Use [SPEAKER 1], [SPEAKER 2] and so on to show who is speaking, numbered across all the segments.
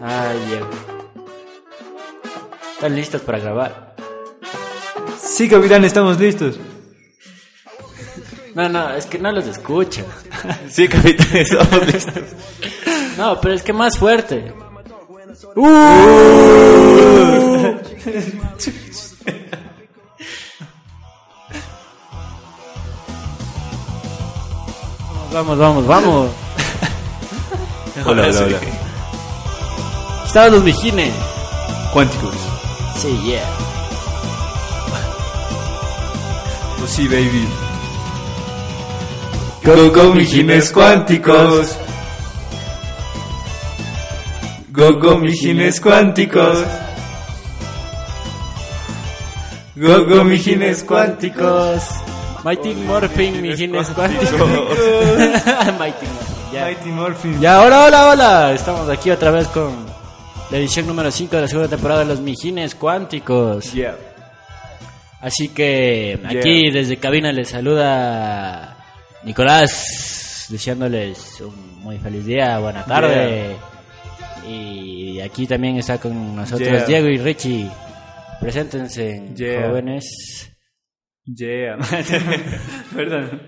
[SPEAKER 1] Ah, Diego. ¿Están listos para grabar?
[SPEAKER 2] Sí, capitán, estamos listos.
[SPEAKER 1] No, no, es que no los escucho.
[SPEAKER 2] Sí, capitán, estamos listos.
[SPEAKER 1] No, pero es que más fuerte. ¡Uh! Vamos, vamos, vamos.
[SPEAKER 2] Hola, hola, hola.
[SPEAKER 1] Estaban los Mijines.
[SPEAKER 2] Cuánticos.
[SPEAKER 1] Sí, yeah.
[SPEAKER 2] Oh, sí, baby.
[SPEAKER 3] Go, go, mijines cuánticos. Go, go, mijines cuánticos. Go, go, mijines cuánticos.
[SPEAKER 1] Mighty Morphin, Mijines Cuánticos. Mighty Morphin, ya.
[SPEAKER 2] Mighty Morphin.
[SPEAKER 1] Ya, hola, hola, hola. Estamos aquí otra vez con la edición número 5 de la segunda temporada de los Mijines Cuánticos.
[SPEAKER 2] Yeah.
[SPEAKER 1] Así que aquí desde cabina les saluda Nicolás, deseándoles un muy feliz día, buena tarde. Y aquí también está con nosotros
[SPEAKER 2] Yeah.
[SPEAKER 1] Diego y Richie. Preséntense,
[SPEAKER 2] Yeah.
[SPEAKER 1] jóvenes.
[SPEAKER 2] Yeah. Perdón,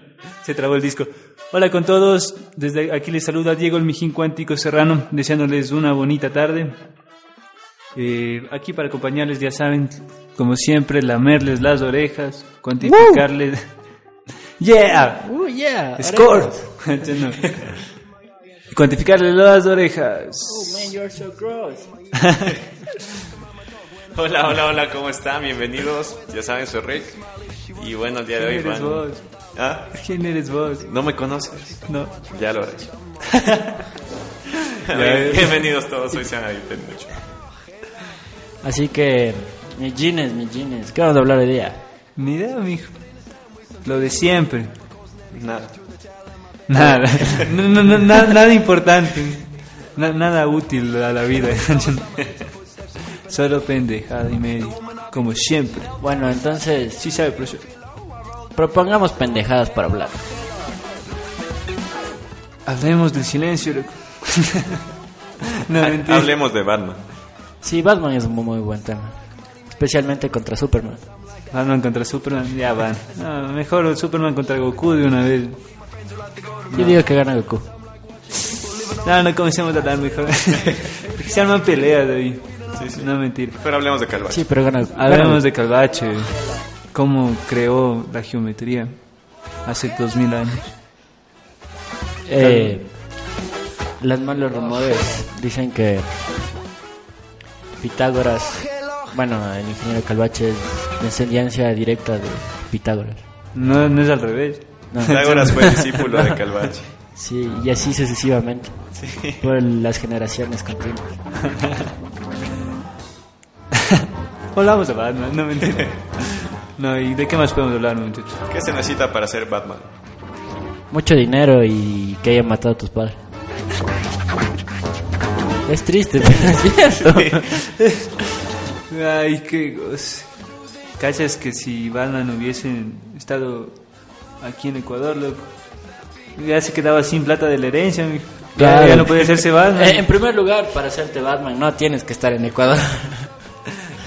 [SPEAKER 2] se trabó el disco. Hola con todos, desde aquí les saluda Diego el Mijín Cuántico Serrano, deseándoles una bonita tarde. Eh, aquí para acompañarles, ya saben, como siempre, lamerles las orejas, cuantificarles. Yeah,
[SPEAKER 1] Uh, yeah.
[SPEAKER 2] score. Ya no. Cuantificarles las orejas.
[SPEAKER 3] Hola, hola, hola, ¿cómo están? Bienvenidos. Ya saben, soy Rick. Y bueno, el día de hoy
[SPEAKER 2] ¿Quién eres
[SPEAKER 3] van-
[SPEAKER 2] vos?
[SPEAKER 3] ¿Ah?
[SPEAKER 2] ¿Quién eres vos?
[SPEAKER 3] ¿No me conoces?
[SPEAKER 2] No.
[SPEAKER 3] Ya lo harás.
[SPEAKER 2] es.
[SPEAKER 3] Bienvenidos todos, hoy se van a divertir mucho.
[SPEAKER 1] Así que, mis jeans, mis jeans. ¿Qué vamos a hablar hoy día?
[SPEAKER 2] Ni idea, mijo. Lo de siempre.
[SPEAKER 3] Nada.
[SPEAKER 2] Nada, no, no, no, na- nada importante, Na- nada útil a la vida. Solo pendejada y media, como siempre.
[SPEAKER 1] Bueno, entonces,
[SPEAKER 2] Sí sabe, profesor.
[SPEAKER 1] propongamos pendejadas para hablar.
[SPEAKER 2] Hablemos del silencio, loco. no, mentira.
[SPEAKER 3] Hablemos de Batman.
[SPEAKER 1] Sí, Batman es un muy buen tema. Especialmente contra Superman.
[SPEAKER 2] Batman contra Superman, ya van. No, mejor Superman contra Goku de una vez.
[SPEAKER 1] Yo digo que gana Goku.
[SPEAKER 2] No, no comencemos a hablar mejor. Porque se arman peleas, David. No, mentira.
[SPEAKER 3] Pero hablemos de Calvario.
[SPEAKER 1] Sí, pero gana Goku.
[SPEAKER 2] Hablemos de Calvache, cómo creó la geometría hace dos mil años.
[SPEAKER 1] Eh, los malos rumores dicen que Pitágoras, bueno, el ingeniero Calvache es descendencia directa de Pitágoras.
[SPEAKER 2] No, no es al revés.
[SPEAKER 1] No,
[SPEAKER 3] Pitágoras fue discípulo de Calvache.
[SPEAKER 1] sí, y así sucesivamente. Por las generaciones continuas.
[SPEAKER 2] Hablamos de Batman, no mentira. No, ¿y de qué más podemos hablar, muchachos?
[SPEAKER 3] ¿Qué se necesita para ser Batman?
[SPEAKER 1] Mucho dinero y que hayan matado a tus padres. Es triste, pero es cierto.
[SPEAKER 2] Ay, qué goce. ¿Cachas que si Batman hubiese estado aquí en Ecuador, loco? Ya se quedaba sin plata de la herencia, mijo. Ya-
[SPEAKER 1] Claro.
[SPEAKER 2] ya no podía hacerse Batman.
[SPEAKER 1] Eh, En primer lugar, para hacerte Batman no tienes que estar en Ecuador.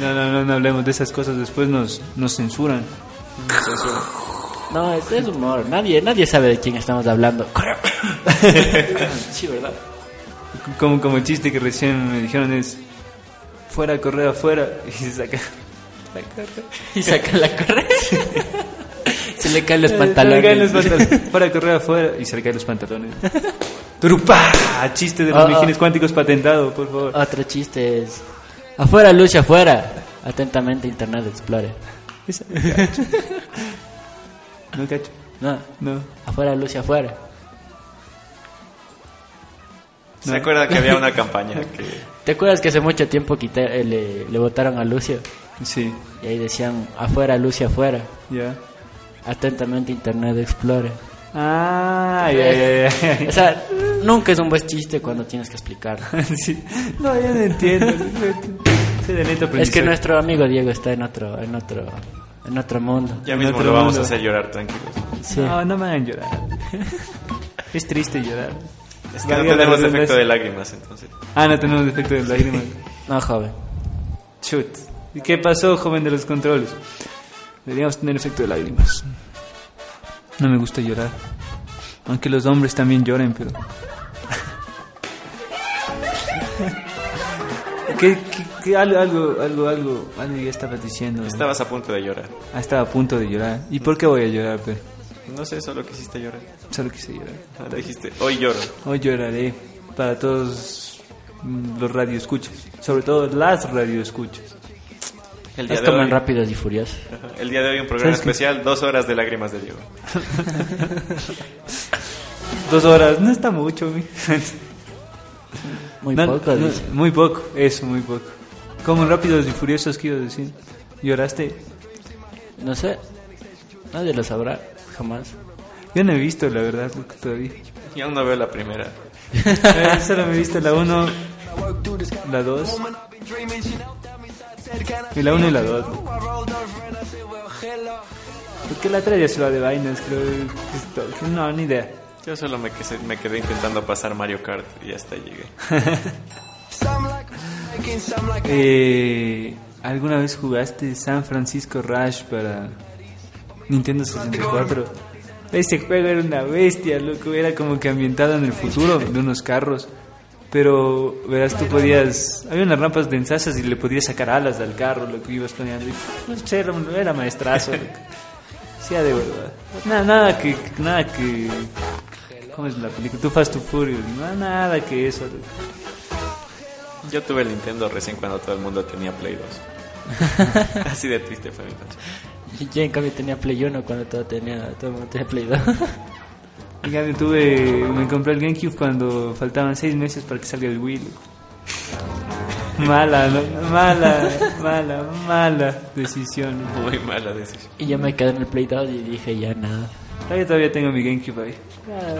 [SPEAKER 2] No, no, no, no hablemos de esas cosas, después nos, nos censuran.
[SPEAKER 1] No, es, es humor. Nadie, nadie sabe de quién estamos hablando. sí, ¿verdad?
[SPEAKER 2] Como, como el chiste que recién me dijeron es, fuera, correr afuera, y se saca...
[SPEAKER 1] Y saca la correa. Se le caen los
[SPEAKER 2] Eh, Se le caen los
[SPEAKER 1] pantalones.
[SPEAKER 2] pantalones. Para correr afuera y se le caen los pantalones. ¡Turupa! Chiste de los
[SPEAKER 1] Ah, ah.
[SPEAKER 2] mijines cuánticos patentado, por favor.
[SPEAKER 1] Otro chiste es... Afuera, lucha, afuera. Atentamente, Internet Explorer.
[SPEAKER 2] Esa no cacho. No cacho.
[SPEAKER 1] No,
[SPEAKER 2] No.
[SPEAKER 1] afuera, luz y afuera.
[SPEAKER 3] ¿Se acuerdan que había una campaña que
[SPEAKER 1] ¿Te acuerdas que hace mucho tiempo quita- eh, le, le votaron a Lucio?
[SPEAKER 2] Sí,
[SPEAKER 1] Y ahí decían, afuera, Lucio, afuera.
[SPEAKER 2] ya.
[SPEAKER 1] Atentamente Internet Explorer.
[SPEAKER 2] Ah, ya, ya, ya.
[SPEAKER 1] O sea, nunca es un buen chiste cuando tienes que explicar.
[SPEAKER 2] Sí. No, yo no entiendo. Soy de neto
[SPEAKER 1] Es que
[SPEAKER 2] aprendizaje.
[SPEAKER 1] nuestro amigo Diego está en otro, en otro, en otro mundo.
[SPEAKER 3] ya
[SPEAKER 2] En
[SPEAKER 3] mismo
[SPEAKER 2] otro
[SPEAKER 3] lo vamos
[SPEAKER 2] mundo.
[SPEAKER 3] a hacer llorar tranquilos?
[SPEAKER 1] Sí.
[SPEAKER 2] No, no me hagan llorar. Es triste llorar.
[SPEAKER 3] Es que
[SPEAKER 2] Valga
[SPEAKER 3] no
[SPEAKER 2] la
[SPEAKER 3] tenemos
[SPEAKER 2] redundancia.
[SPEAKER 3] efecto de lágrimas entonces.
[SPEAKER 2] Ah, no tenemos efecto de lágrimas.
[SPEAKER 1] No, joven.
[SPEAKER 2] Chut. ¿Y qué pasó, joven de los controles? Deberíamos tener efecto de lágrimas. No me gusta llorar. Aunque los hombres también lloren, pero... ¿Qué, qué- qué- algo, algo, algo, algo, algo ya estabas diciendo. ¿no?
[SPEAKER 3] Estabas a punto de llorar.
[SPEAKER 2] Ah, estaba a punto de llorar. ¿Y por qué voy a llorar, pe?
[SPEAKER 3] No sé, solo quisiste llorar.
[SPEAKER 2] Solo quise llorar.
[SPEAKER 3] Ah, Dijiste, hoy lloro.
[SPEAKER 2] Hoy lloraré para todos mm, los radioescuchas. Sobre todo las radioescuchas.
[SPEAKER 3] El día,
[SPEAKER 1] Nos
[SPEAKER 3] de
[SPEAKER 1] toman
[SPEAKER 3] hoy,
[SPEAKER 1] rápidos y furiosos.
[SPEAKER 3] Ajá. el día de hoy un programa
[SPEAKER 2] ¿Sabes qué?
[SPEAKER 3] especial, dos horas de lágrimas de Diego.
[SPEAKER 2] Dos horas, no está mucho, mi.
[SPEAKER 1] Muy
[SPEAKER 2] No,
[SPEAKER 1] poco,
[SPEAKER 2] no,
[SPEAKER 1] dice.
[SPEAKER 2] Muy poco, eso, muy poco. Como en rápidos y furiosos quiero decir. ¿Lloraste?
[SPEAKER 1] No sé. Nadie lo sabrá, jamás.
[SPEAKER 2] Yo no he visto, la verdad, Luke, todavía.
[SPEAKER 3] Y aún no veo la primera.
[SPEAKER 2] Eh, Solo me he visto la 1, la 2. Y la 1 y la 2. Porque la 3 ya se va de vainas, creo. que esto- No, ni idea.
[SPEAKER 3] Yo solo me quedé, me quedé intentando pasar Mario Kart y hasta llegué.
[SPEAKER 2] Eh, ¿Alguna vez jugaste San Francisco Rush para Nintendo 64? Ese Este juego era una bestia, loco. Era como que ambientado en el futuro de unos carros. Pero, verás, tú podías. Había unas rampas densas y le podías sacar alas al carro, lo que ibas planeando. Y, no sé, era, un- era maestrazo, loco. Sí, de verdad. Nada, nada que. Nada que. ¿Cómo es la película? Tú Fast to Furious. No, nada que eso, loco.
[SPEAKER 3] Yo tuve el Nintendo recién cuando todo el mundo tenía Play 2. Así de triste fue mi infancia.
[SPEAKER 1] Yo en cambio tenía Play 1 cuando todo, tenía, todo el mundo tenía Play 2.
[SPEAKER 2] En cambio, tuve, eh, me compré el GameCube cuando faltaban seis meses para que salga el Wii. loco. Mala, ¿no? mala, mala, mala decisión.
[SPEAKER 3] Muy mala decisión.
[SPEAKER 1] y yo me quedé en el Play 2 y dije, ya nada.
[SPEAKER 2] Todavía, todavía tengo mi GameCube ahí.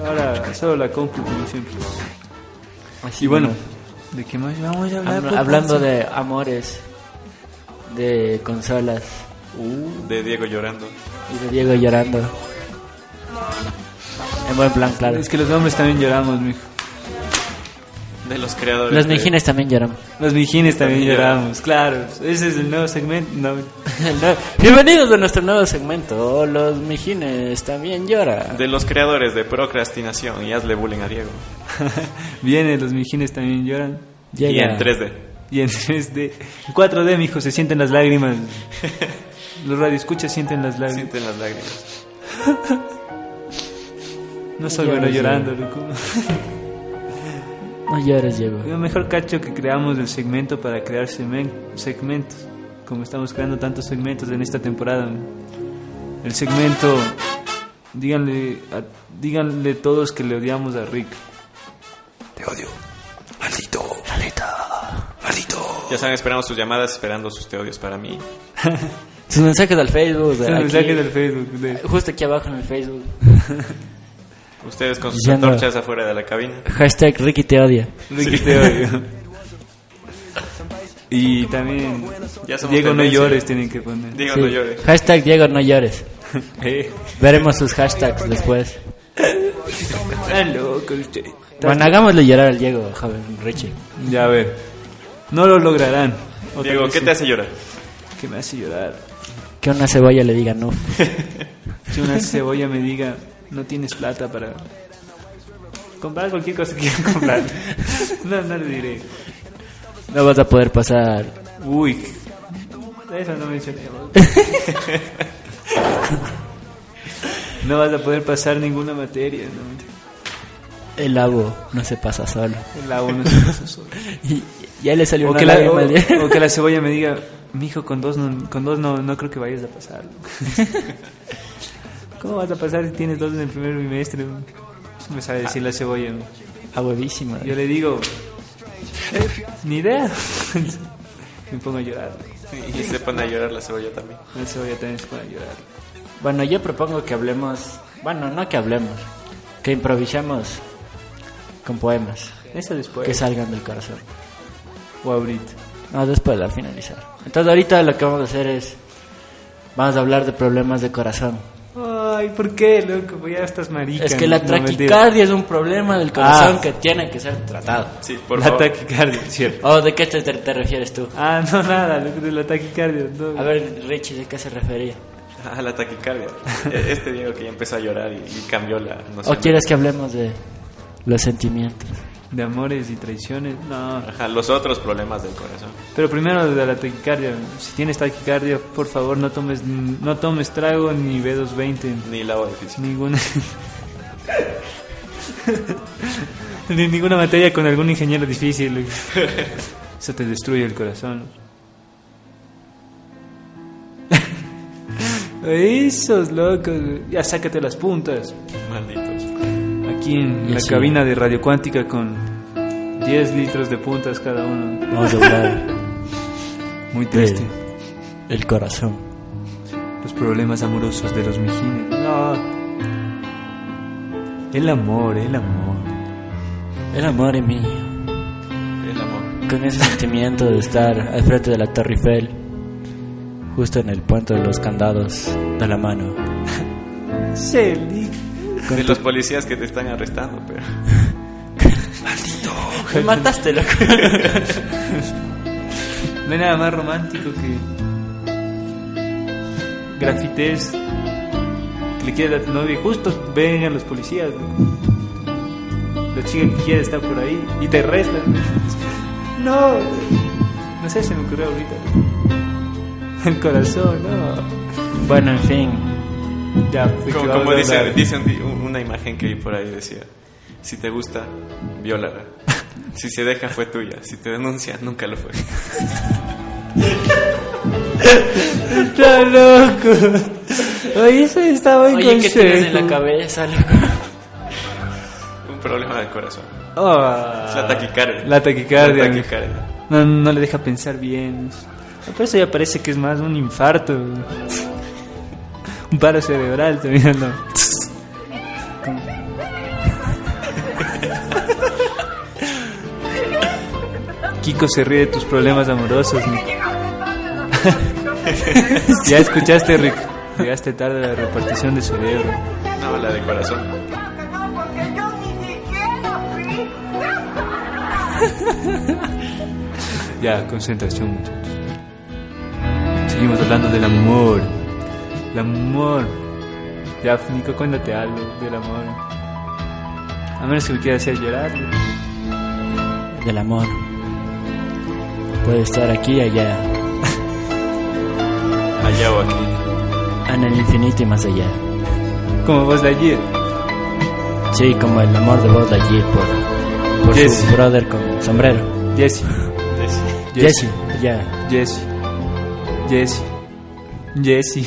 [SPEAKER 2] Ahora solo la compro como siempre.
[SPEAKER 1] Así
[SPEAKER 2] Y bueno,
[SPEAKER 1] no.
[SPEAKER 2] ¿de qué más vamos a hablar?
[SPEAKER 1] Habla-
[SPEAKER 2] pues,
[SPEAKER 1] hablando
[SPEAKER 2] Panza?
[SPEAKER 1] de amores, de consolas
[SPEAKER 3] De Diego llorando.
[SPEAKER 1] y de Diego llorando. En buen plan, claro.
[SPEAKER 2] Es que los hombres también lloramos, mijo.
[SPEAKER 3] De los creadores.
[SPEAKER 1] Los
[SPEAKER 3] de-
[SPEAKER 1] mejines también lloran.
[SPEAKER 2] Los mijines también,
[SPEAKER 3] También
[SPEAKER 2] lloramos, claro. Ese es el nuevo segmento. No,
[SPEAKER 1] No. Bienvenidos a nuestro nuevo segmento. Los mejines también lloran.
[SPEAKER 3] De los creadores de procrastinación y hazle bullying a Diego.
[SPEAKER 2] viene, los mijines también lloran.
[SPEAKER 3] Y
[SPEAKER 1] Llega-
[SPEAKER 3] en 3D.
[SPEAKER 2] Y en 3D, 4D, mijo, se sienten las lágrimas. Los radioescuchas sienten las lágrimas.
[SPEAKER 3] Sienten las lágrimas.
[SPEAKER 2] No soy bueno
[SPEAKER 1] Ya,
[SPEAKER 2] llorando, loco.
[SPEAKER 1] No llores, Diego.
[SPEAKER 2] Yo mejor cacho que creamos el segmento para crear semen- segmentos. Como estamos creando tantos segmentos en esta temporada. man. El segmento. Díganle, a- díganle todos que le odiamos a Rick.
[SPEAKER 3] Ya saben, esperamos sus llamadas, esperando sus teodios para mí.
[SPEAKER 1] Sus mensajes al Facebook. de
[SPEAKER 2] Es un
[SPEAKER 1] aquí,
[SPEAKER 2] mensaje del Facebook. de-
[SPEAKER 1] Justo aquí abajo en el Facebook.
[SPEAKER 3] Ustedes con sus
[SPEAKER 1] Diciendo-
[SPEAKER 3] antorchas afuera de la cabina.
[SPEAKER 1] Hashtag Ricky te odia.
[SPEAKER 2] Ricky te odio. Y también.
[SPEAKER 3] Ya somos
[SPEAKER 2] Diego, no
[SPEAKER 3] tendencia.
[SPEAKER 2] llores, tienen que poner.
[SPEAKER 3] Diego,
[SPEAKER 1] Sí.
[SPEAKER 3] no llore.
[SPEAKER 1] Hashtag Diego no llores.
[SPEAKER 2] Eh.
[SPEAKER 1] Veremos sus hashtags después.
[SPEAKER 2] Están locos ustedes.
[SPEAKER 1] Bueno, hagámosle llorar al Diego, joven Richie.
[SPEAKER 2] Ya a ver. No lo lograrán. O tal
[SPEAKER 3] Diego,
[SPEAKER 2] vez
[SPEAKER 3] ¿qué
[SPEAKER 2] sí.
[SPEAKER 3] te hace llorar?
[SPEAKER 2] Que me hace llorar.
[SPEAKER 1] Que una cebolla le diga no.
[SPEAKER 2] Si una cebolla me diga, no tienes plata para comprar cualquier cosa que quiera comprar. No, no le diré.
[SPEAKER 1] No vas a poder pasar.
[SPEAKER 2] Uy. Eso no mencionemos. No vas a poder pasar ninguna materia. ¿no?
[SPEAKER 1] El agua no se pasa solo.
[SPEAKER 2] El agua no se pasa sola.
[SPEAKER 1] Y ya le salió
[SPEAKER 2] O
[SPEAKER 1] una
[SPEAKER 2] que, la,
[SPEAKER 1] lágrima
[SPEAKER 2] o-
[SPEAKER 1] al Diego.
[SPEAKER 2] o que la cebolla me diga, Mijo, con dos no, con dos no, no creo que vayas a pasar. ¿Cómo vas a pasar si tienes dos en el primer bimestre? No me sabe decir la cebolla. ¿no?
[SPEAKER 1] Ah, huevísima.
[SPEAKER 2] Yo le digo, "Eh, ni idea. me pongo a llorar.
[SPEAKER 3] Y se pone a llorar la cebolla también.
[SPEAKER 2] La cebolla también se pone a llorar.
[SPEAKER 1] Bueno, yo propongo que hablemos. Bueno, no que hablemos. Que improvisemos con poemas
[SPEAKER 2] Eso después.
[SPEAKER 1] que salgan del corazón.
[SPEAKER 2] O ahorita.
[SPEAKER 1] No, después al finalizar. Entonces, ahorita lo que vamos a hacer es. Vamos a hablar de problemas de corazón.
[SPEAKER 2] Ay, ¿por qué, loco? Pues Ya estás marica.
[SPEAKER 1] es que la
[SPEAKER 2] no, mentira.
[SPEAKER 1] traquicardia es un problema del corazón que tiene que ser tratado.
[SPEAKER 3] Sí, por
[SPEAKER 2] la
[SPEAKER 3] favor.
[SPEAKER 2] taquicardia, cierto.
[SPEAKER 1] ¿O de qué te, te- te refieres tú?
[SPEAKER 2] Ah, no, nada, loco, de la taquicardia. no.
[SPEAKER 1] A ver, Richie, ¿de qué se refería?
[SPEAKER 3] A Ah, la taquicardia. Este Diego que ya empezó a llorar y, y cambió la
[SPEAKER 1] ¿O
[SPEAKER 3] noción.
[SPEAKER 1] quieres que hablemos de los sentimientos?
[SPEAKER 2] De amores y traiciones, no.
[SPEAKER 3] Ajá, los otros problemas del corazón.
[SPEAKER 2] Pero primero de la taquicardia. Si tienes taquicardia, por favor, no tomes, no tomes trago ni B220.
[SPEAKER 3] Ni la de física.
[SPEAKER 2] Ninguna. Ni ninguna materia con algún ingeniero difícil. Eso te destruye el corazón. Esos locos. Ya sácate las puntas.
[SPEAKER 3] Malditos.
[SPEAKER 2] Aquí en
[SPEAKER 1] Y
[SPEAKER 2] la
[SPEAKER 1] así.
[SPEAKER 2] cabina de Radio Cuántica con 10 litros de puntas cada uno.
[SPEAKER 1] Vamos a hablar
[SPEAKER 2] Muy triste.
[SPEAKER 1] del corazón.
[SPEAKER 2] Los problemas amorosos de los mejines. No. El amor, el amor.
[SPEAKER 1] El amor es mío.
[SPEAKER 3] El amor.
[SPEAKER 1] Con ese sentimiento de estar al frente de la Torre Eiffel, justo en el puente de los candados de la mano.
[SPEAKER 2] Selig.
[SPEAKER 1] Con
[SPEAKER 3] De
[SPEAKER 1] tu-
[SPEAKER 3] los policías que te están arrestando, pero.
[SPEAKER 1] Me mataste, loco.
[SPEAKER 2] No hay nada más romántico que grafites que le quieres a tu novia y justo vengan los policías. ¿no? La chica que quiere está por ahí y te restan. No, no sé, se me ocurrió ahorita. El corazón, no.
[SPEAKER 1] Bueno, en fin.
[SPEAKER 2] Ya, ¿de qué
[SPEAKER 3] Como,
[SPEAKER 2] vamos
[SPEAKER 3] como
[SPEAKER 2] a
[SPEAKER 3] dice,
[SPEAKER 2] hablar?
[SPEAKER 3] dice un di- un- una imagen que vi por ahí, decía: Si te gusta, viólala. Si se deja, fue tuya. Si te denuncia, nunca lo fue.
[SPEAKER 2] Está loco. Oye, eso está buen
[SPEAKER 1] Oye, ¿qué tienes en
[SPEAKER 2] consejo.
[SPEAKER 1] la cabeza, loco?
[SPEAKER 3] Un problema del corazón.
[SPEAKER 2] Ah.
[SPEAKER 3] Es la taquicardia.
[SPEAKER 2] La taquicardia.
[SPEAKER 3] La taquicardia.
[SPEAKER 2] No, no le deja pensar bien. Por eso ya parece que es más un infarto. Un paro cerebral también. ¿no? Kiko se ríe de tus problemas amorosos. Nico. ya escuchaste, Rick. Llegaste tarde a la repartición de cerebro.
[SPEAKER 3] No, la de corazón.
[SPEAKER 4] No, porque yo ni siquiera fui.
[SPEAKER 2] Ya, concentración, muchachos. Seguimos hablando del amor. El amor. Ya, Nico, cuéntate algo del amor. A menos que me quieras hacer llorar.
[SPEAKER 1] Del amor. Puede estar aquí, allá.
[SPEAKER 3] Allá o aquí.
[SPEAKER 1] En el infinito y más allá.
[SPEAKER 2] Como vos de ayer.
[SPEAKER 1] Sí, como el amor de voz de allí por, por
[SPEAKER 2] Yes.
[SPEAKER 1] su brother con sombrero.
[SPEAKER 2] Jesse.
[SPEAKER 1] Jesse, ya.
[SPEAKER 2] Jesse. Jesse. Jesse.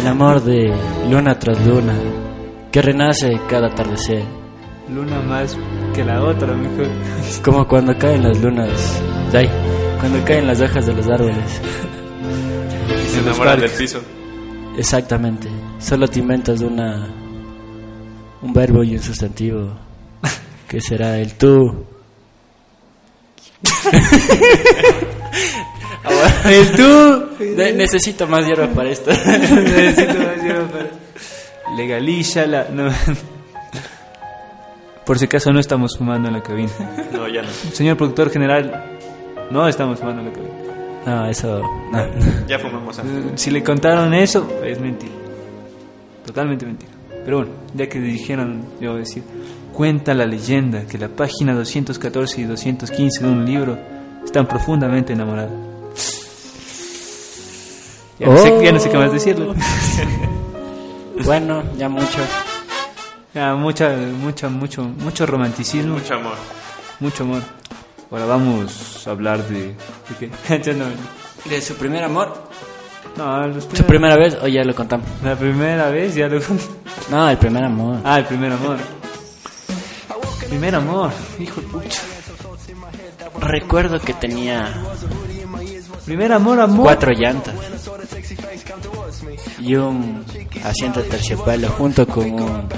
[SPEAKER 1] El amor de luna tras luna, que renace cada atardecer.
[SPEAKER 2] Luna más que la otra, mejor.
[SPEAKER 1] Como cuando caen las lunas. Ay, cuando caen las hojas de los árboles.
[SPEAKER 3] Y se
[SPEAKER 2] En los
[SPEAKER 3] enamoran del
[SPEAKER 2] parques.
[SPEAKER 3] piso.
[SPEAKER 1] Exactamente. Solo te inventas una. un verbo y un sustantivo. Que será el tú.
[SPEAKER 2] El tú.
[SPEAKER 1] Ne- necesito más hierba para esto.
[SPEAKER 2] Necesito más hierba para- Legalízala. No. Por si acaso no estamos fumando en la cabina.
[SPEAKER 3] No, ya no.
[SPEAKER 2] Señor productor general, no estamos fumando en la cabina.
[SPEAKER 1] No, eso. No.
[SPEAKER 3] Ya fumamos antes.
[SPEAKER 2] Eh, Si le contaron eso, es mentira. Totalmente mentira. Pero bueno, ya que dijeron, yo voy a decir, cuenta la leyenda que la página 214 y 215 de un libro están profundamente enamorados. Ya, no, sé, ya no sé qué más decirlo.
[SPEAKER 1] Bueno, ya mucho.
[SPEAKER 2] Ya, mucha, mucha, mucho, mucho romanticismo,
[SPEAKER 3] Mucho amor.
[SPEAKER 2] mucho amor. Ahora vamos a hablar de... ¿De qué? Ya no,
[SPEAKER 5] De su primer amor.
[SPEAKER 2] no, los
[SPEAKER 1] ¿Su
[SPEAKER 2] primeros-
[SPEAKER 1] primera vez o ya lo contamos?
[SPEAKER 2] La primera vez ya lo conté.
[SPEAKER 1] No, el primer amor.
[SPEAKER 2] Ah, el primer amor. Primer amor, hijo de pucha.
[SPEAKER 1] Recuerdo que tenía
[SPEAKER 2] Primer amor, amor.
[SPEAKER 1] cuatro llantas y un asiento de terciopelo junto con un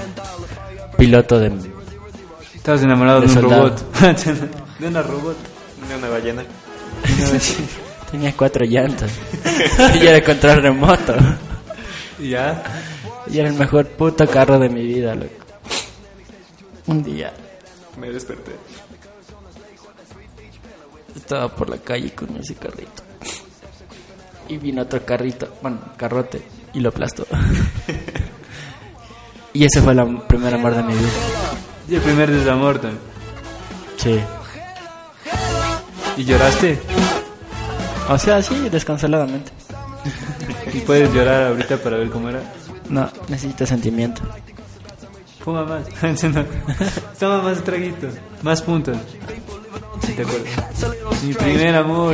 [SPEAKER 1] piloto de...
[SPEAKER 2] Estabas enamorado de,
[SPEAKER 1] De
[SPEAKER 2] un
[SPEAKER 1] soldado.
[SPEAKER 2] robot. de una robot.
[SPEAKER 3] De una ballena.
[SPEAKER 1] Tenía cuatro llantas y era control remoto
[SPEAKER 2] Ya.
[SPEAKER 1] y era el mejor puto carro de mi vida, loco. Un día
[SPEAKER 3] Me desperté.
[SPEAKER 1] estaba por la calle con ese carrito y vino otro carrito, bueno, carrote y lo aplastó. Y ese fue el primer amor de mi vida.
[SPEAKER 2] Y el primer desamor también.
[SPEAKER 1] Sí.
[SPEAKER 2] ¿Y lloraste?
[SPEAKER 1] O sea, sí, desconsoladamente.
[SPEAKER 2] ¿Y puedes llorar ahorita para ver cómo era?
[SPEAKER 1] No, necesito sentimiento.
[SPEAKER 2] Fuma más. No. Toma más traguitos. Más puntos. Si te acuerdas. Mi primer amor.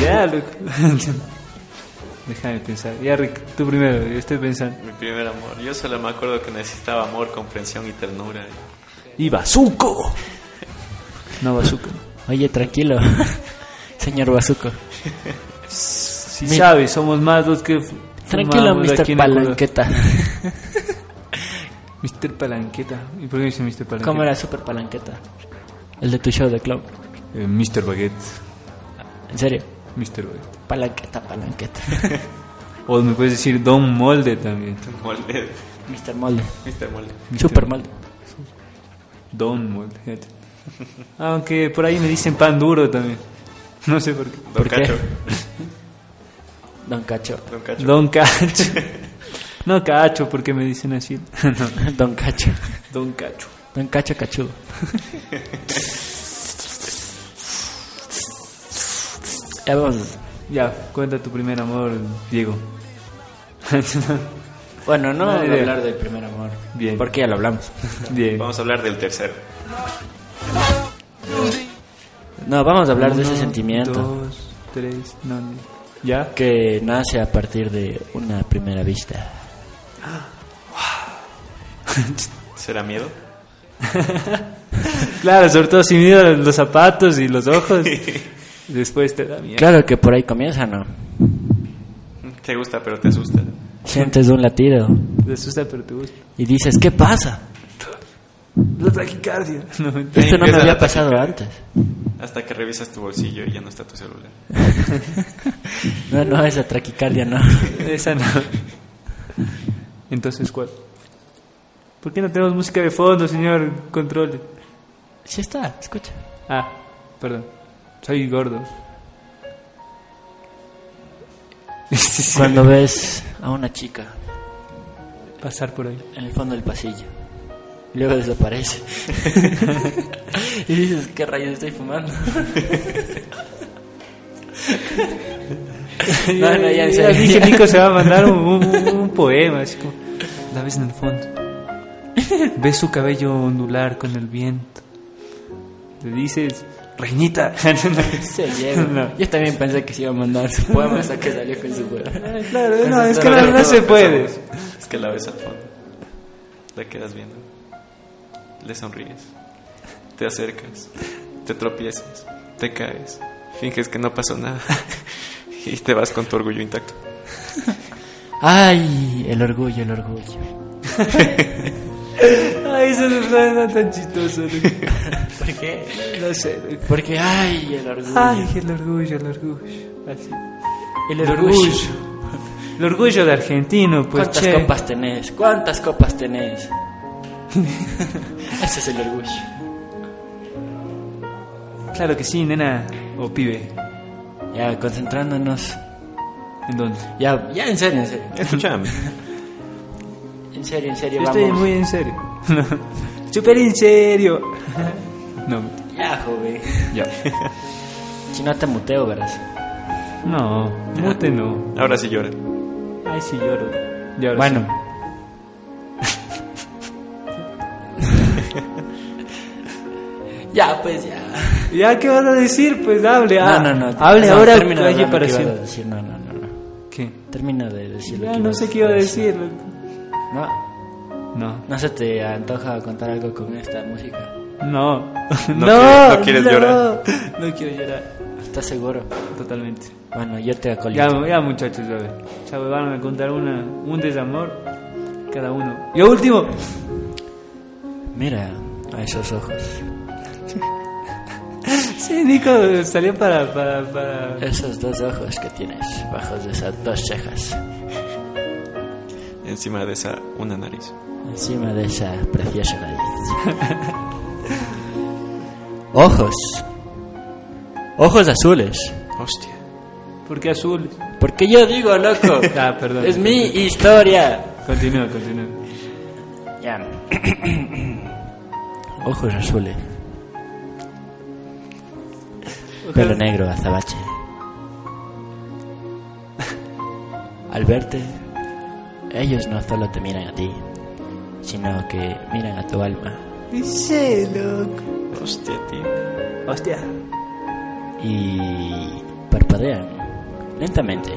[SPEAKER 2] Ya, loco. Déjame pensar. Ya, Rick, tú primero. Yo estoy pensando.
[SPEAKER 3] Mi primer amor. Yo solo me acuerdo que necesitaba amor, comprensión y ternura.
[SPEAKER 2] Y Bazuco. No, Bazuco.
[SPEAKER 1] Oye, tranquilo, señor Bazuco.
[SPEAKER 2] Si
[SPEAKER 1] Mi-
[SPEAKER 2] sabes, somos más los que. f-
[SPEAKER 1] Tranquilo,
[SPEAKER 2] fumamos aquí
[SPEAKER 1] Mr.
[SPEAKER 2] en Ecuador.
[SPEAKER 1] Palanqueta.
[SPEAKER 2] Mr. Palanqueta. ¿Y por qué dice Mr. Palanqueta?
[SPEAKER 1] ¿Cómo era Super Palanqueta? El de tu show de club.
[SPEAKER 2] Eh, Mr. Baguette.
[SPEAKER 1] En serio,
[SPEAKER 2] Mr. Baguette.
[SPEAKER 1] Palanqueta, Palanqueta.
[SPEAKER 2] O me puedes decir Don Molde también.
[SPEAKER 3] Molde.
[SPEAKER 1] Mr. Molde,
[SPEAKER 3] Mr. Molde.
[SPEAKER 1] Super Molde.
[SPEAKER 2] Don Molde. fíjate. Aunque por ahí me dicen pan duro también. No sé por qué.
[SPEAKER 3] Don
[SPEAKER 1] ¿Por qué?
[SPEAKER 3] Cacho.
[SPEAKER 1] Don Cacho.
[SPEAKER 3] Don Cacho.
[SPEAKER 2] Don Cacho. No Cacho, porque me dicen así. No,
[SPEAKER 1] Don Cacho.
[SPEAKER 2] Don Cacho.
[SPEAKER 1] Don Cacho Cachudo. Ya vamos.
[SPEAKER 2] Ya, cuenta tu primer amor, Diego.
[SPEAKER 1] Bueno, no
[SPEAKER 2] Buena
[SPEAKER 1] voy a
[SPEAKER 2] idea.
[SPEAKER 1] hablar del primer amor.
[SPEAKER 2] Bien.
[SPEAKER 1] Porque ya lo hablamos.
[SPEAKER 2] Bien.
[SPEAKER 3] Vamos a hablar del tercero.
[SPEAKER 1] No, vamos a hablar de ese sentimiento.
[SPEAKER 2] Dos, tres, no, no. ¿Ya?
[SPEAKER 1] que nace a partir de una primera vista.
[SPEAKER 3] ¿Será miedo?
[SPEAKER 2] Claro, sobre todo si miras los zapatos y los ojos, después te da miedo.
[SPEAKER 1] Claro que por ahí comienza, ¿no?
[SPEAKER 3] Te gusta, pero te asusta.
[SPEAKER 1] Sientes un latido
[SPEAKER 2] Te asusta, pero te gusta.
[SPEAKER 1] y dices, ¿qué pasa?
[SPEAKER 2] La taquicardia. No, mentira.
[SPEAKER 1] Esto no me
[SPEAKER 3] empieza
[SPEAKER 1] había
[SPEAKER 3] la
[SPEAKER 1] pasado antes.
[SPEAKER 3] Hasta que revisas tu bolsillo y ya no está tu celular.
[SPEAKER 1] No, no, esa traquicardia no.
[SPEAKER 2] esa no. Entonces, ¿cuál? ¿Por qué no tenemos música de fondo, señor? Controle.
[SPEAKER 1] Sí está, escucha.
[SPEAKER 2] Ah, perdón. Soy gordo.
[SPEAKER 1] Cuando ves a una chica
[SPEAKER 2] Pasar por ahí.
[SPEAKER 1] en el fondo del pasillo, luego desaparece. y dices, ¿qué rayos estoy fumando? No, no, ya en serio.
[SPEAKER 2] dije, Nico se va a mandar un, un- un poema, así como... La ves en el fondo. Ves su cabello ondular con el viento. Le dices, reinita.
[SPEAKER 1] Se lleva.
[SPEAKER 2] No.
[SPEAKER 1] Yo también pensé que se iba a mandar su poema hasta que salió con su poema.
[SPEAKER 2] claro, no, es
[SPEAKER 1] Entonces,
[SPEAKER 2] que no, no se puede.
[SPEAKER 3] Es que la ves al fondo. La quedas viendo. Le sonríes. Te acercas. Te tropiezas. Te caes. Finges que no pasó nada. Y te vas con tu orgullo intacto.
[SPEAKER 1] Ay, el orgullo, el orgullo.
[SPEAKER 2] Ay, eso no suena tan chistoso. Nico.
[SPEAKER 1] ¿Por qué?
[SPEAKER 2] No sé. Nico.
[SPEAKER 1] Porque, ay, el orgullo.
[SPEAKER 2] Ay, el orgullo, el orgullo. Así.
[SPEAKER 1] el
[SPEAKER 2] El orgullo. El orgullo de argentino, pues
[SPEAKER 1] ¿Cuántas
[SPEAKER 2] che.
[SPEAKER 1] copas tenés? ¿Cuántas copas tenés? Ese es el orgullo.
[SPEAKER 2] Claro que sí, nena. O pibe.
[SPEAKER 1] Ya, concentrándonos.
[SPEAKER 2] ¿En dónde?
[SPEAKER 1] Ya, ya, en serio, en serio.
[SPEAKER 3] Escúchame.
[SPEAKER 1] En serio, en serio,
[SPEAKER 2] Yo
[SPEAKER 1] vamos.
[SPEAKER 2] estoy muy en serio. Súper en serio. No,
[SPEAKER 1] Ya, joven.
[SPEAKER 2] ya.
[SPEAKER 1] Si no te muteo, verás.
[SPEAKER 2] No, mute no.
[SPEAKER 3] Ahora sí llora.
[SPEAKER 2] Ay, sí lloro. Ya ahora
[SPEAKER 1] Bueno.
[SPEAKER 5] Ya, pues ya.
[SPEAKER 2] ¿Ya qué vas a decir? Pues hable,
[SPEAKER 1] No,
[SPEAKER 2] ah.
[SPEAKER 1] no, no.
[SPEAKER 2] Hable
[SPEAKER 1] no,
[SPEAKER 2] ahora o
[SPEAKER 1] termina de
[SPEAKER 2] calle
[SPEAKER 1] hablar lo
[SPEAKER 2] para
[SPEAKER 1] que ibas a
[SPEAKER 2] siempre.
[SPEAKER 1] decir. No, no, no, no.
[SPEAKER 2] ¿Qué?
[SPEAKER 1] Termina de decir lo
[SPEAKER 2] Ya
[SPEAKER 1] que
[SPEAKER 2] no
[SPEAKER 1] ibas
[SPEAKER 2] sé
[SPEAKER 1] a
[SPEAKER 2] qué iba a decir.
[SPEAKER 1] No,
[SPEAKER 2] No.
[SPEAKER 1] no se te antoja contar algo con esta música.
[SPEAKER 2] No. No.
[SPEAKER 3] quieres- no quieres
[SPEAKER 2] no.
[SPEAKER 3] llorar.
[SPEAKER 2] No quiero llorar.
[SPEAKER 1] ¿Estás seguro?
[SPEAKER 2] Totalmente.
[SPEAKER 1] Bueno, yo te acolito.
[SPEAKER 2] Ya, ya muchachos, a ver. Ya me van a contar una, un desamor cada uno. Yo último.
[SPEAKER 1] Mira a esos ojos.
[SPEAKER 2] Sí, Nico salió para, para, para...
[SPEAKER 1] Esos dos ojos que tienes bajo de esas dos cejas.
[SPEAKER 3] Encima de esa, una nariz.
[SPEAKER 1] Encima de esa preciosa nariz. ojos. Ojos azules.
[SPEAKER 3] Hostia.
[SPEAKER 2] Porque azul.
[SPEAKER 1] Porque yo digo, loco.
[SPEAKER 2] Ah, perdón.
[SPEAKER 1] Es mi historia.
[SPEAKER 2] Continúa, continúa.
[SPEAKER 1] Ya. Ojos azules. Pelo negro, azabache. Al verte, ellos no solo te miran a ti, sino que miran a tu alma.
[SPEAKER 2] Dice, loco.
[SPEAKER 3] Hostia, tío.
[SPEAKER 2] Hostia.
[SPEAKER 1] y parpadean lentamente.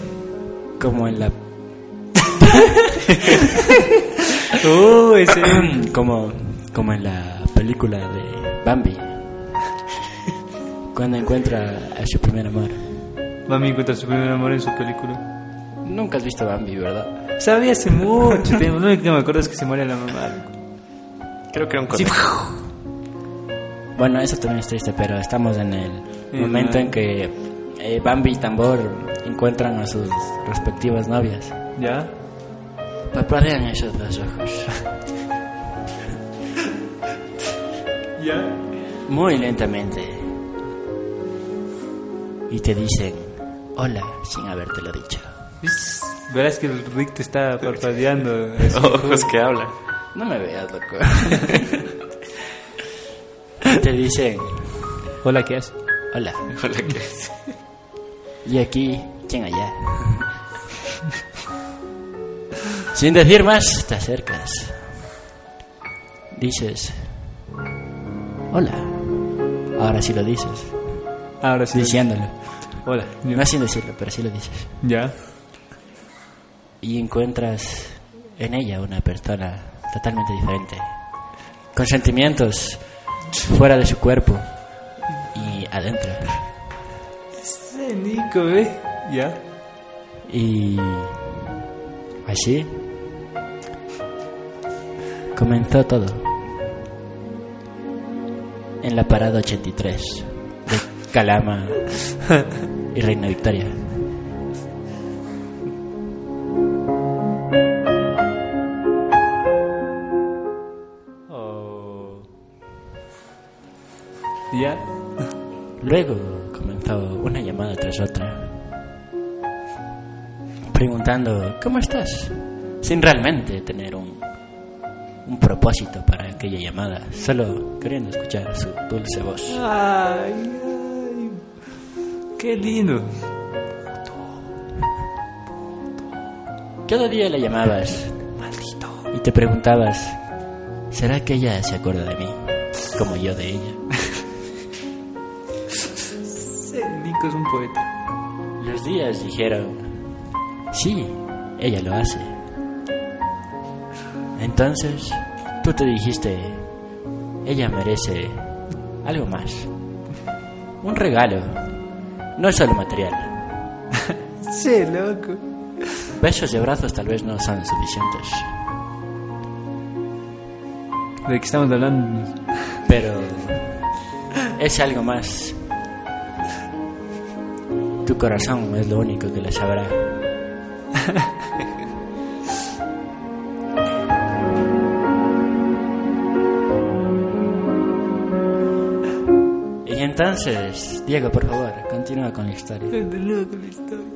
[SPEAKER 1] Como en la
[SPEAKER 2] Uh, ese...
[SPEAKER 1] como como en la película de Bambi. Cuando encuentra a su primer amor.
[SPEAKER 2] Mami encuentra su primer amor en su película.
[SPEAKER 1] Nunca has visto Bambi, ¿verdad?
[SPEAKER 2] Sabía hace mucho tiempo. Lo único que me acuerdo es que se muere la mamá.
[SPEAKER 3] Creo que era un
[SPEAKER 2] Sí.
[SPEAKER 3] conejo.
[SPEAKER 1] Bueno, eso también es triste, pero estamos en el
[SPEAKER 2] En
[SPEAKER 1] momento
[SPEAKER 2] la-
[SPEAKER 1] en que eh, Bambi y Tambor encuentran a sus respectivas novias.
[SPEAKER 2] ¿Ya?
[SPEAKER 1] Parpadean esos dos ojos.
[SPEAKER 2] ¿Ya?
[SPEAKER 1] muy lentamente y te dicen hola sin habértelo dicho.
[SPEAKER 2] Verás que el Rick te está parpadeando.
[SPEAKER 3] Ojos que hablan.
[SPEAKER 1] No me veas, loco. Y te dicen
[SPEAKER 2] Hola, ¿qué haces?
[SPEAKER 1] hola.
[SPEAKER 3] Hola, ¿qué es?
[SPEAKER 1] Y aquí, ¿quién allá? sin decir más, te acercas. Dices hola. Ahora sí lo dices,
[SPEAKER 2] Ahora sí.
[SPEAKER 1] diciéndolo.
[SPEAKER 2] Hola.
[SPEAKER 1] No sin decirlo, pero sí lo dices.
[SPEAKER 2] ¿Ya?
[SPEAKER 1] y encuentras en ella una persona totalmente diferente, con sentimientos fuera de su cuerpo y adentro.
[SPEAKER 2] Sí, Nico, ¿eh? ¿Ya?
[SPEAKER 1] Y así comenzó todo en la parada 83 de Calama y Reina Victoria.
[SPEAKER 2] Oh. ¿Ya?
[SPEAKER 1] Luego comenzó una llamada tras otra, preguntando ¿cómo estás? Sin realmente tener un, un propósito para aquella llamada, solo queriendo escuchar su dulce voz.
[SPEAKER 2] Ay, ay. Qué lindo.
[SPEAKER 1] Cada día la llamabas y te preguntabas, ¿será que ella se acuerda de mí como yo de ella?
[SPEAKER 2] Sí, Nico es un poeta.
[SPEAKER 1] Los días dijeron, sí, ella lo hace. Entonces, tú te dijiste, ella merece algo más. Un regalo, no solo material.
[SPEAKER 2] Sí, loco.
[SPEAKER 1] Besos y abrazos tal vez no son suficientes,
[SPEAKER 2] ¿De qué estamos hablando?
[SPEAKER 1] pero es algo más. Tu corazón es lo único que la sabrá. Y entonces, Diego, por favor, continúa con la historia.
[SPEAKER 2] Continúa con la historia.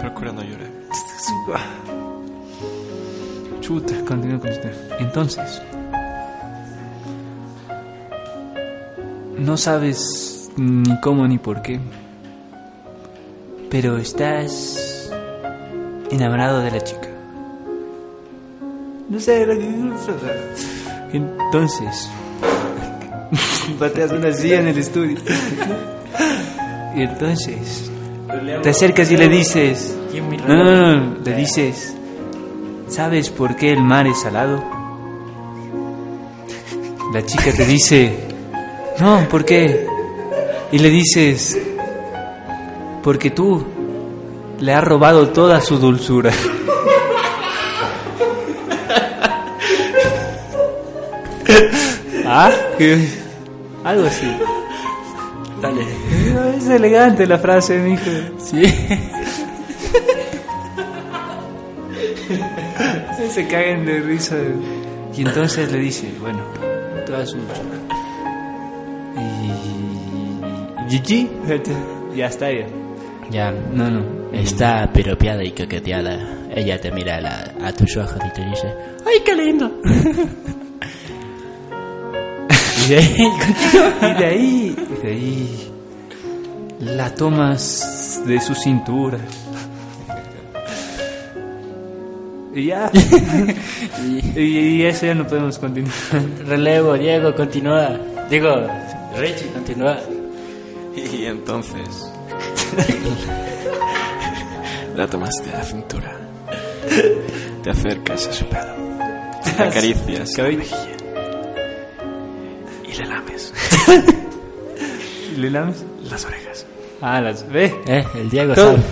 [SPEAKER 3] Procura no llorar.
[SPEAKER 2] Chuta, continúa con la historia. Entonces. No sabes ni cómo ni por qué. Pero estás enamorado de la chica. No sé lo que Entonces, bateas una silla en el estudio. Y entonces, te acercas y le dices, no, no, no, no, le dices, ¿sabes por qué el mar es salado? La chica te dice, no, ¿por qué? Y le dices, porque tú le has robado toda su dulzura. ¿Ah? ¿Qué? Algo así.
[SPEAKER 5] Dale.
[SPEAKER 2] No, Es elegante la frase, mijo.
[SPEAKER 5] Sí.
[SPEAKER 2] Se caen de risa. Y entonces le dice, bueno, toda su... Y... Gigi. Ya está ya.
[SPEAKER 1] Ya.
[SPEAKER 2] No, no.
[SPEAKER 1] Está piropeada y coqueteada. Ella te mira a, la- a tus ojos y te dice: ¡Ay, qué lindo! y de ahí continúa.
[SPEAKER 2] Y de ahí, y de ahí, la tomas de su cintura. Y ya. y, y eso ya no podemos continuar.
[SPEAKER 1] Relevo, Diego, continúa. Diego, Richie, continúa.
[SPEAKER 3] Y entonces. la tomaste a la cintura. Te acercas a su pelo. Le acaricias la mejilla. Y le lames
[SPEAKER 2] ¿Le lames?
[SPEAKER 3] las orejas.
[SPEAKER 2] Ah, las ve.
[SPEAKER 1] Eh, el Diego
[SPEAKER 2] Todo,
[SPEAKER 1] sabe.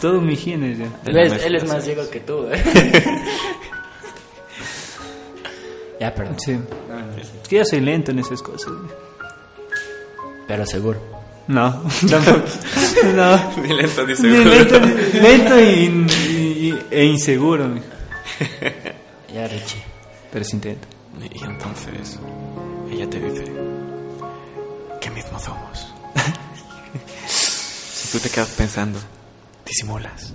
[SPEAKER 2] todo mi higiene ya.
[SPEAKER 3] Le
[SPEAKER 1] Él es,
[SPEAKER 3] lames
[SPEAKER 1] él es
[SPEAKER 3] las
[SPEAKER 1] más
[SPEAKER 3] orejas.
[SPEAKER 1] Diego que tú, eh. ya, perdón.
[SPEAKER 2] Sí. Es que yo soy lento en esas cosas.
[SPEAKER 1] Pero seguro.
[SPEAKER 2] No, tampoco. No.
[SPEAKER 3] Ni lento ni
[SPEAKER 2] Ni
[SPEAKER 3] seguro.
[SPEAKER 2] Lento, ni- lento y- y- e inseguro, mijo.
[SPEAKER 1] Ya, Richie.
[SPEAKER 2] Pero se intenta.
[SPEAKER 3] Y entonces. Ella te dice. ¿Qué mismo somos? y tú te quedas pensando. Disimulas.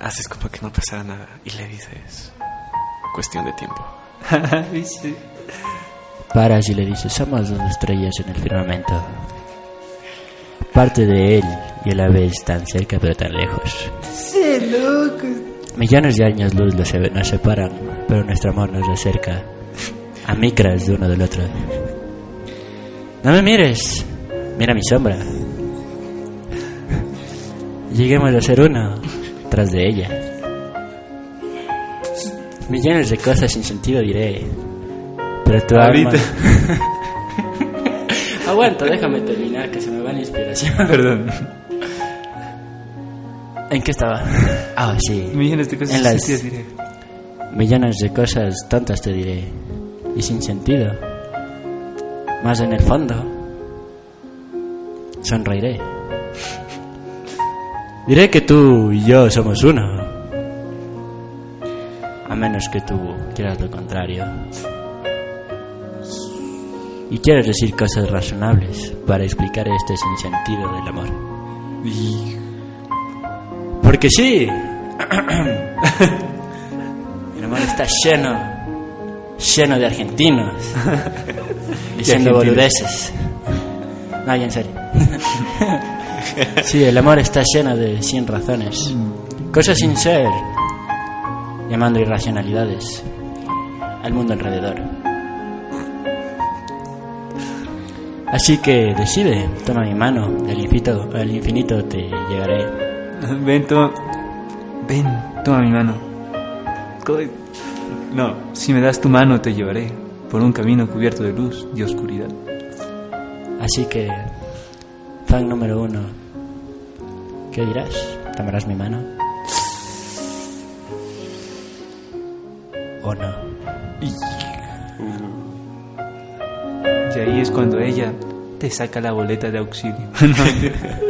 [SPEAKER 3] Haces como que no pasara nada. Y le dices. Cuestión de tiempo.
[SPEAKER 2] ¿Viste?
[SPEAKER 1] Paras y le dices, somos dos estrellas en el firmamento. Parte de él y el ave están cerca pero tan lejos. Millones de años luz los se- nos separan, pero nuestro amor nos acerca a micras de uno del otro. No me mires, mira mi sombra. Lleguemos a ser uno tras de ella. Millones de cosas sin sentido diré, pero tu alma...
[SPEAKER 2] Ahorita.
[SPEAKER 1] Aguanta, déjame terminar que se me va la inspiración.
[SPEAKER 2] Perdón.
[SPEAKER 1] ¿En qué estaba? Ah, sí.
[SPEAKER 2] Millones de cosas
[SPEAKER 1] En las-
[SPEAKER 2] sencillas diré.
[SPEAKER 1] Millones de cosas tontas te diré y sin sentido. Más en el fondo, sonreiré. Diré que tú y yo somos uno. A menos que tú quieras lo contrario. Y quieres decir cosas razonables para explicar este sinsentido del amor. Porque sí, el amor está lleno, lleno de argentinos, diciendo
[SPEAKER 2] argentinos.
[SPEAKER 1] boludeces. No, ya en serio. sí, el amor está lleno de sin razones, cosas sin ser, llamando irracionalidades al mundo alrededor. Así que decide, toma mi mano, del infinito, al infinito te llegaré.
[SPEAKER 2] Ven, toma. Ven, toma mi mano. Co- No, si me das tu mano te llevaré por un camino cubierto de luz y oscuridad.
[SPEAKER 1] Así que, fan número uno, ¿qué dirás? ¿Tomarás mi mano? ¿O no?
[SPEAKER 2] Y ahí es cuando ella te saca la boleta de auxilio. No, mentira.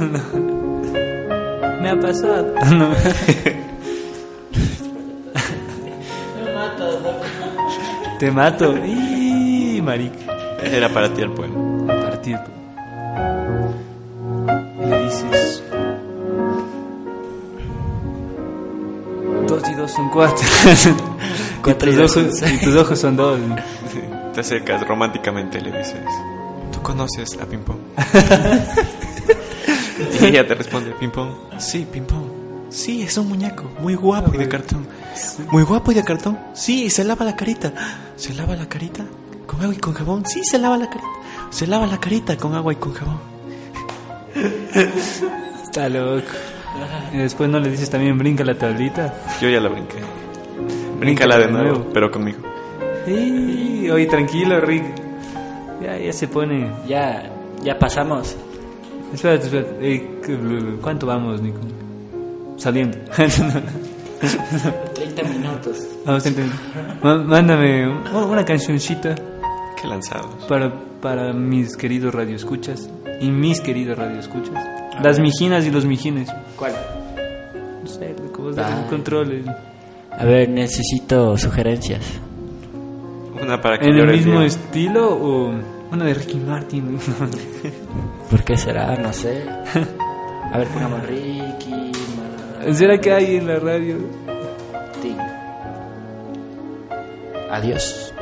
[SPEAKER 2] No, no. Me ha pasado. No. Te mato. Ih, marica.
[SPEAKER 3] Era para ti el poema.
[SPEAKER 2] A partir. Y le dices. Dos y dos son cuatro.
[SPEAKER 1] Cuatro
[SPEAKER 2] y,
[SPEAKER 1] y
[SPEAKER 2] tus
[SPEAKER 1] dos son
[SPEAKER 2] ojos,
[SPEAKER 1] seis.
[SPEAKER 2] y tus ojos son dos.
[SPEAKER 3] Te acercas románticamente y le dices: ¿Tú conoces a Ping Pong? y ella te responde: ¿Ping Pong? Sí, Ping Pong. Sí, es un muñeco, muy guapo y de cartón. Muy guapo y de cartón. Sí, se lava la carita. Se lava la carita con agua y con jabón. Sí, se lava la carita. Se lava la carita con agua y con jabón.
[SPEAKER 2] Está loco. Y después no le dices también brinca la tablita.
[SPEAKER 3] Yo ya la brinqué. Bríncala de nuevo, pero conmigo.
[SPEAKER 2] Sí, oye, tranquilo, Rick. Ya, ya se pone.
[SPEAKER 1] Ya, ya pasamos.
[SPEAKER 2] Espérate, espérate. Ey, ¿Cuánto vamos, Nico? Saliendo.
[SPEAKER 1] 30 minutos.
[SPEAKER 2] Vamos a entender. Má- Mándame u- una cancioncita
[SPEAKER 3] Qué lanzados.
[SPEAKER 2] para, para mis queridos radioescuchas y mis queridos radioescuchas. Las mijinas y los mijines.
[SPEAKER 1] ¿Cuál?
[SPEAKER 2] No sé, como es el
[SPEAKER 1] Ay.
[SPEAKER 2] control. eh. el-
[SPEAKER 1] A ver, necesito sugerencias.
[SPEAKER 3] Una para que
[SPEAKER 2] ¿En el
[SPEAKER 3] llore
[SPEAKER 2] mismo
[SPEAKER 3] día.
[SPEAKER 2] estilo o una de Ricky Martin?
[SPEAKER 1] ¿Por qué será? No sé. A ver, pongamos Ricky Martin.
[SPEAKER 2] ¿Será que hay en la radio?
[SPEAKER 1] Adiós.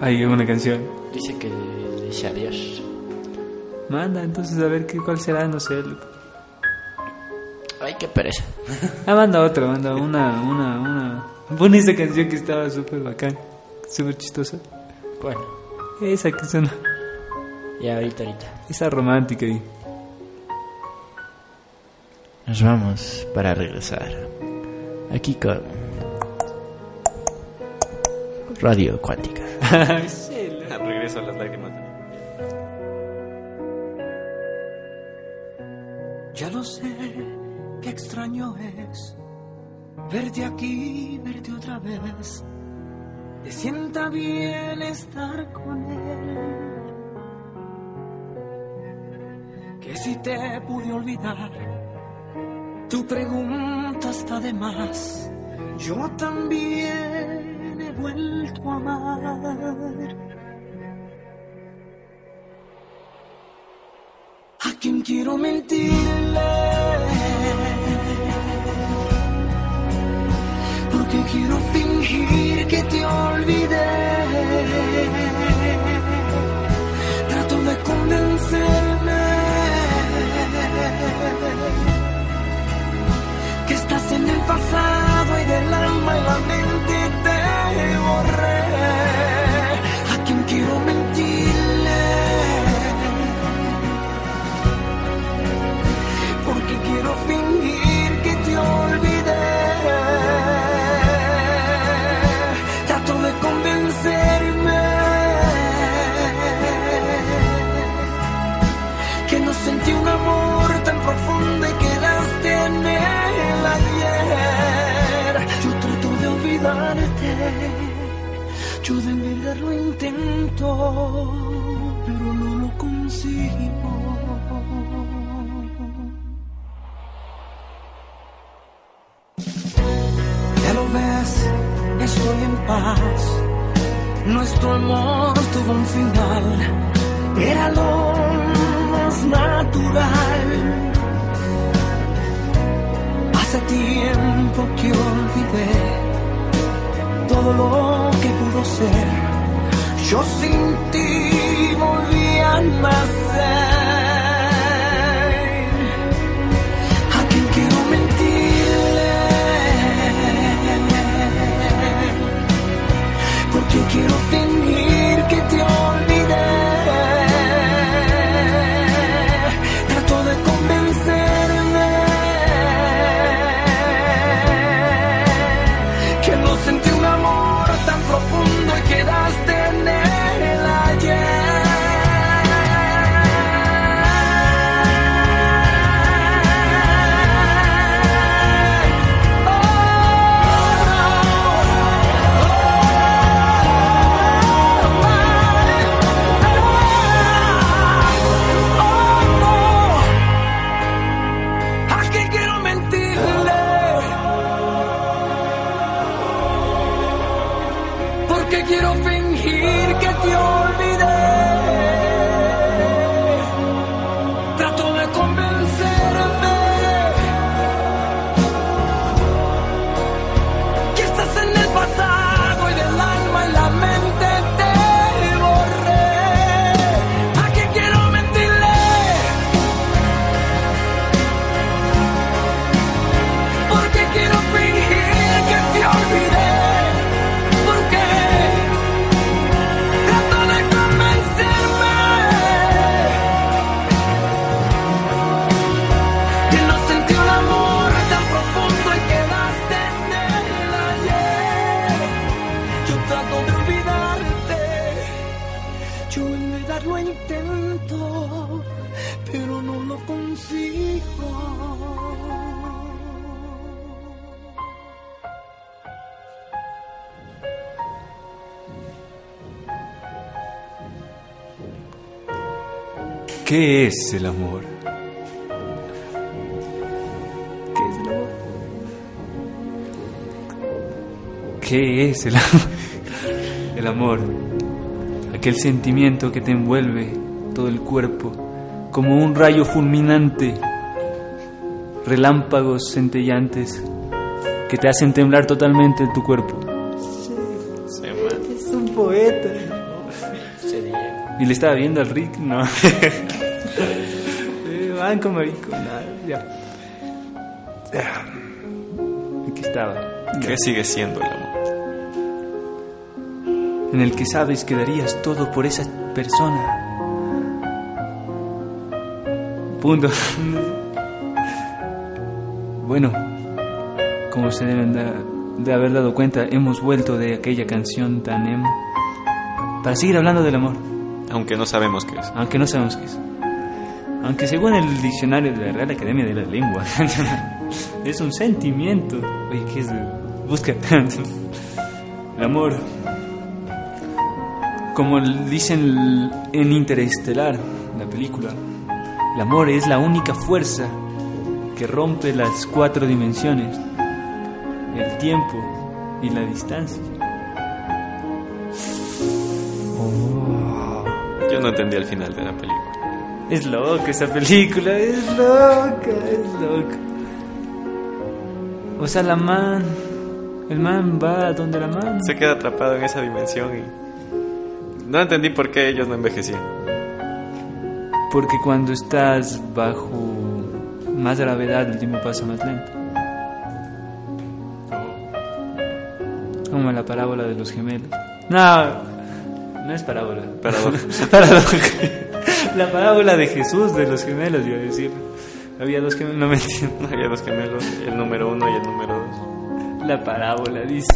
[SPEAKER 2] Hay una canción.
[SPEAKER 1] Dice que dice adiós.
[SPEAKER 2] Manda, entonces a ver qué, cuál será, no sé. loco.
[SPEAKER 1] Ay, qué pereza.
[SPEAKER 2] Ah, manda otra, manda una, una, una. Pon esa canción que estaba súper bacán, súper chistosa.
[SPEAKER 1] Bueno,
[SPEAKER 2] Esa que suena,
[SPEAKER 1] ya ahorita, ahorita.
[SPEAKER 2] esa romántica ahí.
[SPEAKER 1] Nos vamos para regresar. Aquí con Radio Cuántica.
[SPEAKER 3] Ah, Regreso a las lágrimas. de-
[SPEAKER 5] Ya lo sé, qué extraño es verte aquí, verte otra vez. Te sienta bien estar con él. Que si te pude olvidar, tu pregunta está de más. Yo también he vuelto a amar. ¿A quién quiero mentirle? Porque quiero fingir que te olvidé. Trato de convencerme que estás en el pasado y del alma y la mente te borré. ¿A quién quiero mentirle? porque quiero fingir que te olvidé. Trato de convencerme que no sentí un amor tan profundo y quedaste en el ayer. Yo trato de olvidarte, yo de verdad lo intento, pero no lo consigo. Ya lo ves, estoy en paz. Nuestro amor tuvo un final, era lo más natural. Hace tiempo que olvidé todo lo que pudo ser. Yo sin ti volví a nacer. ¿A quién quiero mentirle? Porque quiero fingir que te olvidé. Trato de convencerme que no sentí un amor tan profundo y quedaste en el ayer. Yo en verdad lo intento, pero no lo consigo.
[SPEAKER 2] ¿Qué es el amor?
[SPEAKER 5] ¿Qué es el amor?
[SPEAKER 2] ¿Qué es el amor? El amor, aquel sentimiento que te envuelve todo el cuerpo, como un rayo fulminante, relámpagos centellantes que te hacen temblar totalmente en tu cuerpo.
[SPEAKER 3] Se llama.
[SPEAKER 2] Es un poeta. Y le estaba viendo al Rick, no. Eh, Banco, marico, no, ya. Ah, Aquí estaba.
[SPEAKER 3] ¿Qué sigue siendo el amor?
[SPEAKER 2] en el que sabes que darías todo por esa persona. Punto. Bueno, como se deben da- de haber dado cuenta, hemos vuelto de aquella canción tan emo para seguir hablando del amor,
[SPEAKER 3] Aunque no sabemos qué es.
[SPEAKER 2] aunque no sabemos qué es. Aunque según el diccionario de la Real Academia de la Lengua, es un sentimiento. Oye, ¿qué es? Busca. El amor. Como dicen en Interestelar, la película, el amor es la única fuerza que rompe las cuatro dimensiones, el tiempo y la distancia. Oh,
[SPEAKER 3] Yo no entendí el final de la película.
[SPEAKER 2] es loca esa película, es loca, es loca. O sea, la man, el man va a donde la man.
[SPEAKER 3] Se queda atrapado en esa dimensión y. No entendí por qué ellos no envejecían.
[SPEAKER 2] Porque cuando estás bajo más gravedad, el tiempo pasa más lento. Como la parábola de los gemelos. No, no es parábola.
[SPEAKER 3] Paradoja.
[SPEAKER 2] Paradoja. La parábola de Jesús de los gemelos, iba a decir. Había dos gemelos, no me entiendo.
[SPEAKER 3] Había dos gemelos, el número uno y el número dos.
[SPEAKER 2] La parábola, dice.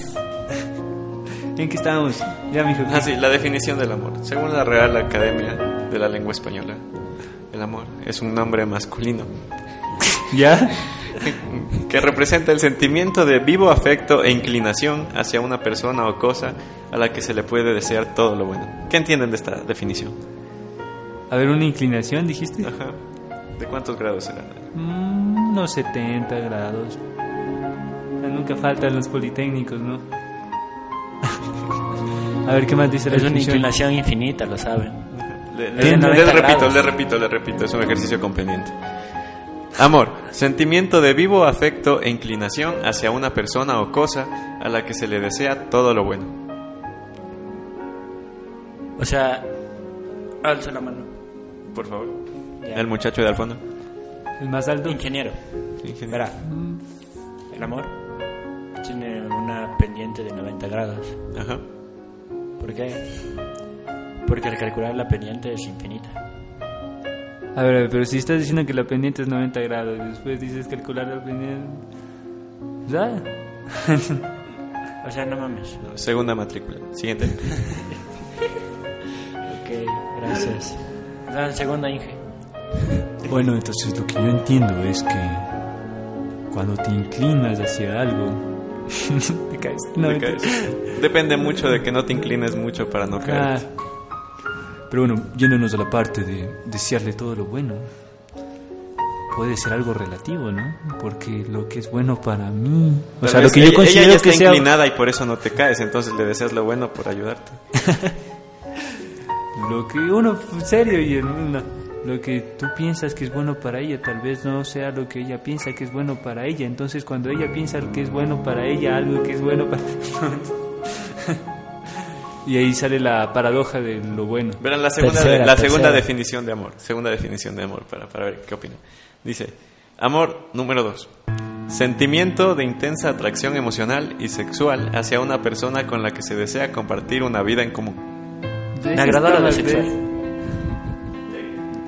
[SPEAKER 2] ¿En qué estábamos? Ya, mijo.
[SPEAKER 3] Ah, sí, la definición del amor. Según la Real Academia de la Lengua Española, el amor es un nombre masculino
[SPEAKER 2] ¿Ya?
[SPEAKER 3] que representa el sentimiento de vivo afecto e inclinación hacia una persona o cosa a la que se le puede desear todo lo bueno. ¿Qué entienden de esta definición?
[SPEAKER 2] A ver, una inclinación, dijiste.
[SPEAKER 3] Ajá. ¿De cuántos grados será?
[SPEAKER 2] Mm, unos 70 grados. O sea, nunca faltan los politécnicos, ¿no? A ver qué más dice la
[SPEAKER 1] Es una
[SPEAKER 2] descripción?
[SPEAKER 1] inclinación infinita, lo saben.
[SPEAKER 3] Le,
[SPEAKER 1] Es
[SPEAKER 3] le-
[SPEAKER 1] de
[SPEAKER 3] le
[SPEAKER 1] 90
[SPEAKER 3] repito,
[SPEAKER 1] grados.
[SPEAKER 3] le repito, le repito, es un ejercicio conveniente. Amor, sentimiento de vivo afecto e inclinación hacia una persona o cosa a la que se le desea todo lo bueno.
[SPEAKER 1] O sea, alza la mano.
[SPEAKER 3] Por favor.
[SPEAKER 1] Ya.
[SPEAKER 3] El muchacho de al fondo.
[SPEAKER 2] El más alto.
[SPEAKER 1] Ingeniero,
[SPEAKER 3] Ingeniero.
[SPEAKER 1] verá. El amor tiene una pendiente de 90 grados.
[SPEAKER 3] Ajá.
[SPEAKER 1] ¿Por qué? Porque al calcular la pendiente es infinita.
[SPEAKER 2] A ver, a ver, pero si estás diciendo que la pendiente es 90 grados, después dices calcular la pendiente. ¿Ya?
[SPEAKER 1] O sea, no mames.
[SPEAKER 3] Segunda matrícula. Siguiente.
[SPEAKER 1] Ok, gracias. La Ah, segunda Inge.
[SPEAKER 2] Bueno, entonces lo que yo entiendo es que cuando te inclinas hacia algo, te caes.
[SPEAKER 3] Te
[SPEAKER 2] 90
[SPEAKER 3] caes. Depende mucho de que no te inclines mucho para no
[SPEAKER 2] Ah.
[SPEAKER 3] caer.
[SPEAKER 2] Pero bueno, yéndonos a la parte de desearle todo lo bueno, puede ser algo relativo, ¿no? Porque lo que es bueno para mí, o sea, lo que yo considero
[SPEAKER 3] ella ya
[SPEAKER 2] que
[SPEAKER 3] está
[SPEAKER 2] sea
[SPEAKER 3] inclinada y por eso no te caes, entonces le deseas lo bueno por ayudarte.
[SPEAKER 2] lo que uno serio y el- no, lo que tú piensas que es bueno para ella, tal vez no sea lo que ella piensa que es bueno para ella. Entonces, cuando ella piensa que es bueno para ella, algo que es bueno para y ahí sale la paradoja de lo bueno.
[SPEAKER 3] Verán la segunda,
[SPEAKER 1] Tercera,
[SPEAKER 3] la
[SPEAKER 1] tercera.
[SPEAKER 3] segunda definición de amor. Segunda definición de amor, para, para ver qué opina. Dice, amor número dos. Sentimiento de intensa atracción emocional y sexual hacia una persona con la que se desea compartir una vida en común.
[SPEAKER 1] Me agradó la bisexual.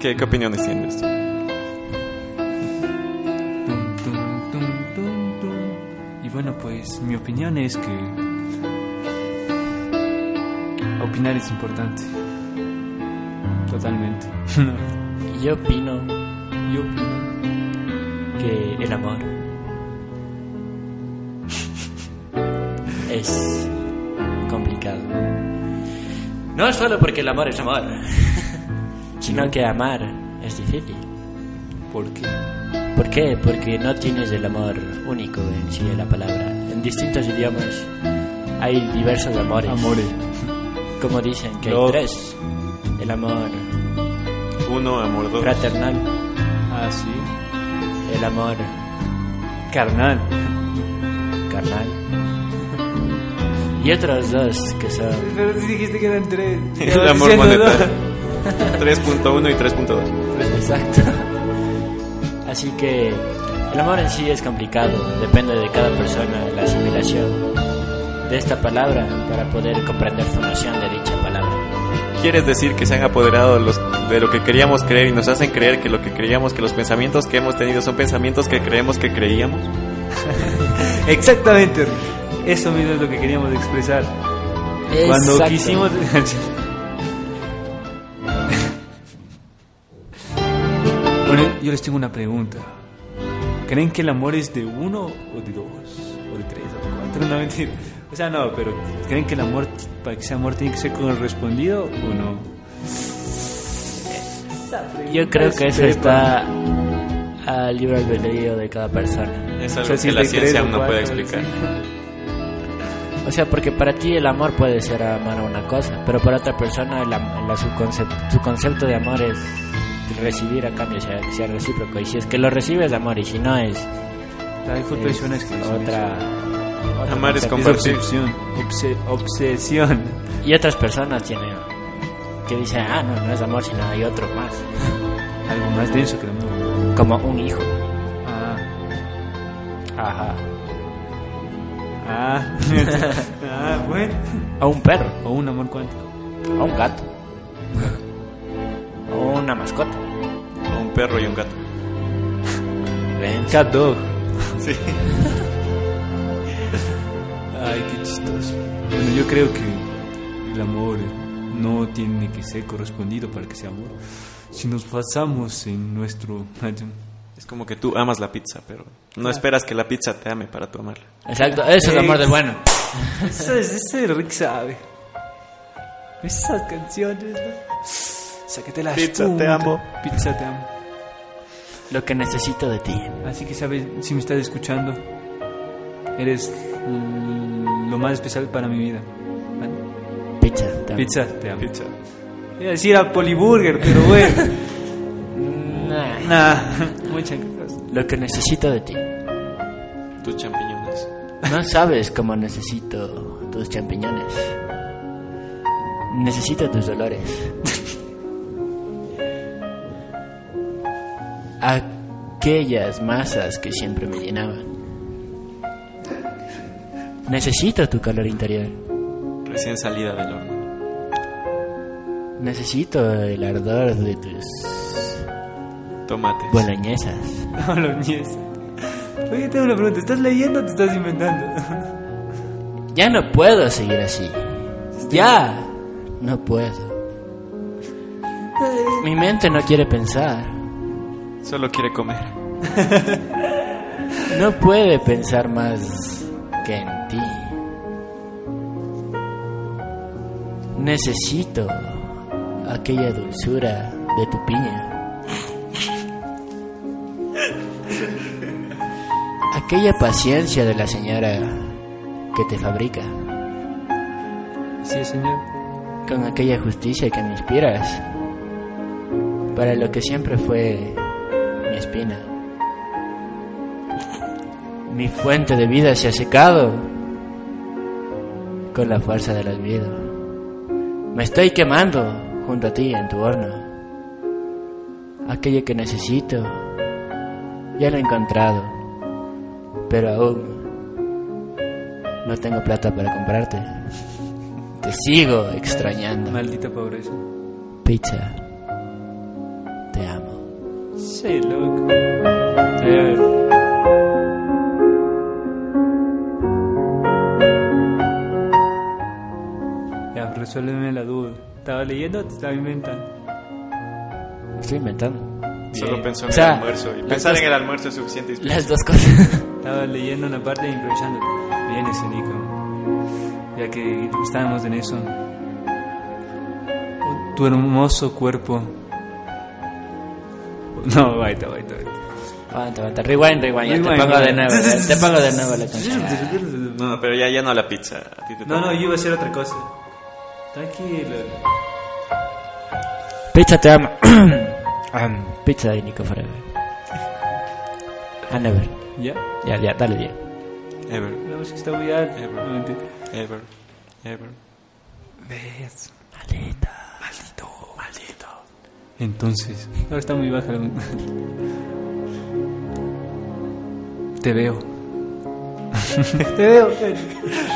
[SPEAKER 3] ¿Qué, qué opiniones tienes?
[SPEAKER 2] Tum, tum, tum, tum, tum. Y bueno, pues mi opinión es que opinar es importante. Totalmente.
[SPEAKER 1] Yo opino
[SPEAKER 2] Yo opino.
[SPEAKER 1] que el amor es complicado. No solo porque el amor es amor, sino que amar es difícil.
[SPEAKER 2] ¿Por qué?
[SPEAKER 1] ¿Por qué? Porque no tienes el amor único en sí de la palabra. En distintos idiomas hay diversos amores.
[SPEAKER 2] Amores.
[SPEAKER 1] Como dicen que hay
[SPEAKER 3] Love.
[SPEAKER 1] tres. El amor
[SPEAKER 3] Uno, amor, dos.
[SPEAKER 1] fraternal,
[SPEAKER 2] Ah, sí.
[SPEAKER 1] el amor
[SPEAKER 2] Carnal.
[SPEAKER 1] carnal y otros dos que son
[SPEAKER 2] Pero tú dijiste que eran tres.
[SPEAKER 3] El amor monetario. 3.1 y 3.2.
[SPEAKER 1] exacto. Así que el amor en sí es complicado, depende de cada persona la asimilación de esta palabra para poder comprender su noción de dicha palabra.
[SPEAKER 3] ¿Quieres decir que se han apoderado de, los- de lo que queríamos creer y nos hacen creer que lo que creíamos, que los pensamientos que hemos tenido son pensamientos que creemos que creíamos?
[SPEAKER 2] Exactamente. Eso mismo es lo que queríamos expresar. Cuando
[SPEAKER 1] Exacto.
[SPEAKER 2] quisimos. bueno, yo les tengo una pregunta. ¿Creen que el amor es de uno o de dos? ¿O de tres? ¿O de cuatro? No, mentira. O sea, no, pero ¿creen que el amor, para que sea amor, tiene que ser correspondido o no?
[SPEAKER 1] yo creo que eso
[SPEAKER 2] Pepa.
[SPEAKER 1] está al libre albedrío de cada persona.
[SPEAKER 3] Es
[SPEAKER 2] O sea,
[SPEAKER 3] algo
[SPEAKER 2] si
[SPEAKER 3] que
[SPEAKER 2] es
[SPEAKER 3] la
[SPEAKER 2] de tres
[SPEAKER 3] ciencia
[SPEAKER 2] o
[SPEAKER 3] aún no puede
[SPEAKER 2] cuatro,
[SPEAKER 3] explicar.
[SPEAKER 1] O sea, porque para ti el amor puede ser amar a una cosa, pero para otra persona el am- la- su, concep- su concepto de amor es recibir a cambio, o sea, que sea recíproco. Y si es que lo recibes, amor, y si no es...
[SPEAKER 2] Hay personas que
[SPEAKER 1] es
[SPEAKER 2] son
[SPEAKER 1] otra, otra
[SPEAKER 3] Amar es
[SPEAKER 1] concepto.
[SPEAKER 2] Es
[SPEAKER 3] compartir.
[SPEAKER 2] obsesión. Obse- obsesión.
[SPEAKER 1] Y otras personas tienen que dicen, ah, no, no es amor, sino hay otro más,
[SPEAKER 2] Algo más denso que el amor.
[SPEAKER 1] como un hijo.
[SPEAKER 2] Ah.
[SPEAKER 1] Ajá.
[SPEAKER 2] Ah. ah, bueno.
[SPEAKER 1] O un perro,
[SPEAKER 2] O un amor cuántico.
[SPEAKER 1] o un gato, o una mascota.
[SPEAKER 3] Un perro y un gato.
[SPEAKER 1] ¿Ven?
[SPEAKER 2] Cat dog.
[SPEAKER 3] Sí.
[SPEAKER 2] Ay, qué chistoso. Bueno, yo creo que el amor no tiene que ser correspondido para que sea amor. Si nos basamos en nuestro...
[SPEAKER 3] Es como que tú amas la pizza, pero no esperas que la pizza te ame para tu amarla.
[SPEAKER 1] Exacto, eso es el amor del bueno.
[SPEAKER 2] Eso es, ese Rick sabe. Esas canciones, ¿no? Sácatelas
[SPEAKER 3] Pizza,
[SPEAKER 2] tú.
[SPEAKER 3] te amo.
[SPEAKER 2] Pizza, te amo.
[SPEAKER 1] Lo que necesito de ti.
[SPEAKER 2] Así que sabes, si me estás escuchando, eres l- lo más especial para mi vida. ¿Vale?
[SPEAKER 1] Pizza. también.
[SPEAKER 2] Pizza, te amo.
[SPEAKER 3] Pizza.
[SPEAKER 2] Iba a decir a Poliburger, pero bueno.
[SPEAKER 1] Nah.
[SPEAKER 2] nah, muchas gracias.
[SPEAKER 1] Lo que necesito de ti.
[SPEAKER 3] Tus champiñones.
[SPEAKER 1] No sabes cómo necesito tus champiñones. Necesito tus dolores. Aquellas masas que siempre me llenaban. Necesito tu calor interior.
[SPEAKER 3] Recién salida del horno.
[SPEAKER 1] Necesito el ardor de tus
[SPEAKER 3] Tomates.
[SPEAKER 1] boloñesas.
[SPEAKER 2] Boloñesa. Oye, tengo una pregunta. ¿Estás leyendo o te estás inventando?
[SPEAKER 1] Ya no puedo seguir así. Ya no puedo. Mi mente no quiere pensar.
[SPEAKER 3] Solo quiere comer.
[SPEAKER 1] No puede pensar más que en ti. Necesito aquella dulzura de tu piña. Aquella paciencia de la señora que te fabrica.
[SPEAKER 2] Sí, señor.
[SPEAKER 1] con aquella justicia que me inspiras, para lo que siempre fue mi espina. Mi fuente de vida se ha secado con la fuerza del olvido. Me estoy quemando junto a ti en tu horno. Aquello que necesito ya lo he encontrado, pero aún no tengo plata para comprarte. Te sigo extrañando.
[SPEAKER 2] Maldita pobreza.
[SPEAKER 1] Pizza, te amo.
[SPEAKER 2] Sí, loco. Ya, resuélveme la duda. ¿Estaba leyendo o te estaba inventando?
[SPEAKER 1] Estoy inventando.
[SPEAKER 3] Solo pensó en
[SPEAKER 1] O sea,
[SPEAKER 3] el almuerzo. Y
[SPEAKER 1] las
[SPEAKER 3] pensar
[SPEAKER 1] dos-
[SPEAKER 3] en el almuerzo es suficiente.
[SPEAKER 1] Las dos cosas.
[SPEAKER 2] Estaba leyendo una parte e improvisando. Bien ese Nico. Ya que estábamos en eso. Oh, Tu hermoso cuerpo. No, baita, baita, baita.
[SPEAKER 1] Aguanta, aguanta. Rewind, rewind. Ya Te
[SPEAKER 2] Rewind,
[SPEAKER 1] pongo de
[SPEAKER 2] rewind.
[SPEAKER 1] nuevo. ya Te pongo de nuevo la canción. Ah,
[SPEAKER 3] No, no, pero ya, ya no la pizza. A ti te
[SPEAKER 2] No,
[SPEAKER 3] toca.
[SPEAKER 2] no, yo iba a hacer otra cosa. Tranquilo.
[SPEAKER 1] Pizza te amo. Am, pizza de Nico Forever. A never.
[SPEAKER 2] ¿Ya?
[SPEAKER 1] Ya, ya, dale ya.
[SPEAKER 3] Ever,
[SPEAKER 2] La música está muy alta.
[SPEAKER 3] Ever.
[SPEAKER 2] No, mentira.
[SPEAKER 3] ever, ever.
[SPEAKER 2] Entonces. Ahora está muy baja la música. Te veo. Te veo.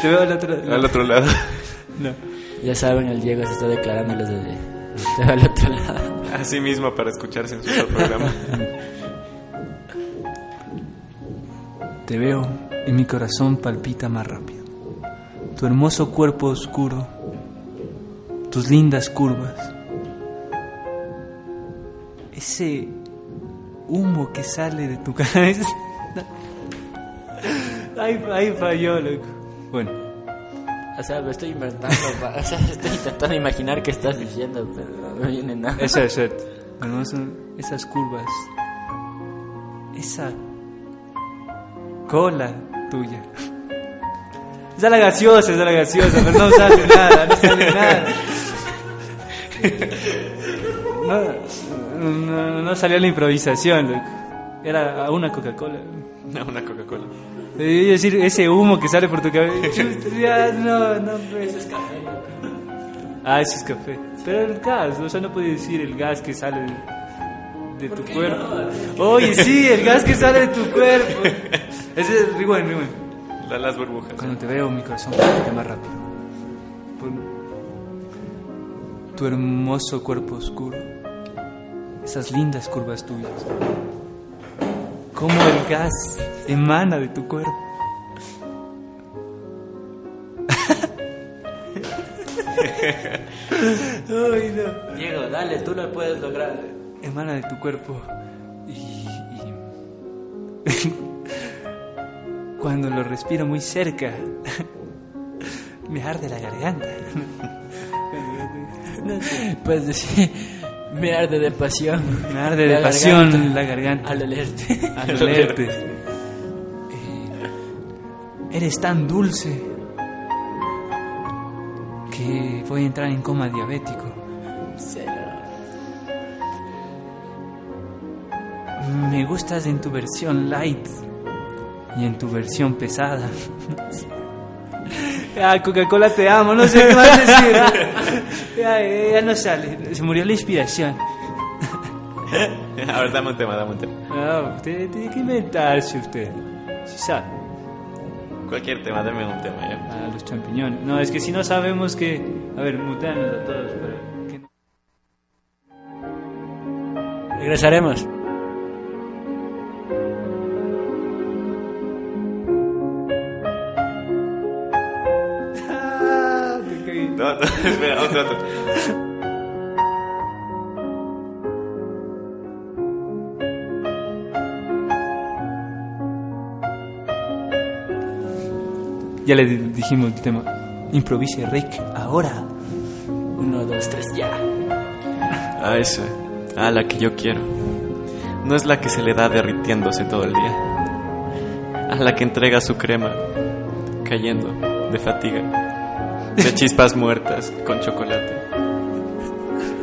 [SPEAKER 2] Te veo al otro lado.
[SPEAKER 3] Al otro lado.
[SPEAKER 2] No.
[SPEAKER 1] Ya saben, el Diego se está declarando los de... Estaba al otro lado.
[SPEAKER 3] Así mismo para escucharse en su programa.
[SPEAKER 2] Te veo y mi corazón palpita más rápido. Tu hermoso cuerpo oscuro, tus lindas curvas, ese humo que sale de tu cabeza. ahí, ahí falló, loco. Bueno,
[SPEAKER 1] O sea, me estoy inventando. pa- O sea, estoy intentando imaginar qué estás diciendo, pero no viene nada.
[SPEAKER 2] eso es cierto. Hermoso, esas curvas, esa cola tuya. Esa la gaseosa, esa la gaseosa, pero no sale nada, no sale nada. No, no, no salió la improvisación, loco. Era a una Coca-Cola.
[SPEAKER 3] No, una Coca-Cola.
[SPEAKER 2] Eh, iba a decir, ese humo que sale por tu cabeza. Ya, no, no, pues. es café. Ah, ese es café. Pero el gas, o sea, no puedes decir el gas que sale de, de tu cuerpo. Oye, sí, el gas que sale de tu cuerpo. Ese es rewind, rewind.
[SPEAKER 3] La- las burbujas.
[SPEAKER 2] Cuando te veo, mi corazón palpita más rápido. Por tu hermoso cuerpo oscuro, esas lindas curvas tuyas, cómo el gas emana de tu cuerpo. Ay, no
[SPEAKER 1] Diego, dale, tú lo puedes lograr.
[SPEAKER 2] emana de tu cuerpo y, y- cuando lo respiro muy cerca me arde la garganta.
[SPEAKER 1] Puedes decir, Pues, me arde de pasión.
[SPEAKER 2] Me arde de
[SPEAKER 1] La
[SPEAKER 2] pasión
[SPEAKER 1] garganta.
[SPEAKER 2] la garganta
[SPEAKER 1] Al leerte.
[SPEAKER 2] al olerte. Eh, eres tan dulce que voy a entrar en coma diabético. Me gustas en tu versión light y en tu versión pesada. Ah, Coca-Cola te amo, no sé qué más decir. Ya, ya, ya no sale, se murió la inspiración.
[SPEAKER 3] A ver, dame un tema, dame un tema.
[SPEAKER 2] No, Ah, usted tiene que inventarse usted. Si sabe.
[SPEAKER 3] Cualquier tema, dame un tema. ¿ya?
[SPEAKER 2] A los champiñones. No, es que si no sabemos que... A ver, muteanos a todos para que no...
[SPEAKER 1] Regresaremos.
[SPEAKER 3] No, no, espera, otro, otro.
[SPEAKER 2] Ya le di- dijimos el tema. Improvise, Rick, ahora.
[SPEAKER 1] Uno, dos, tres, ya.
[SPEAKER 3] A esa, a la que yo quiero. No es la que se le da derritiéndose todo el día. A la que entrega su crema, cayendo de fatiga, de chispas muertas con chocolate,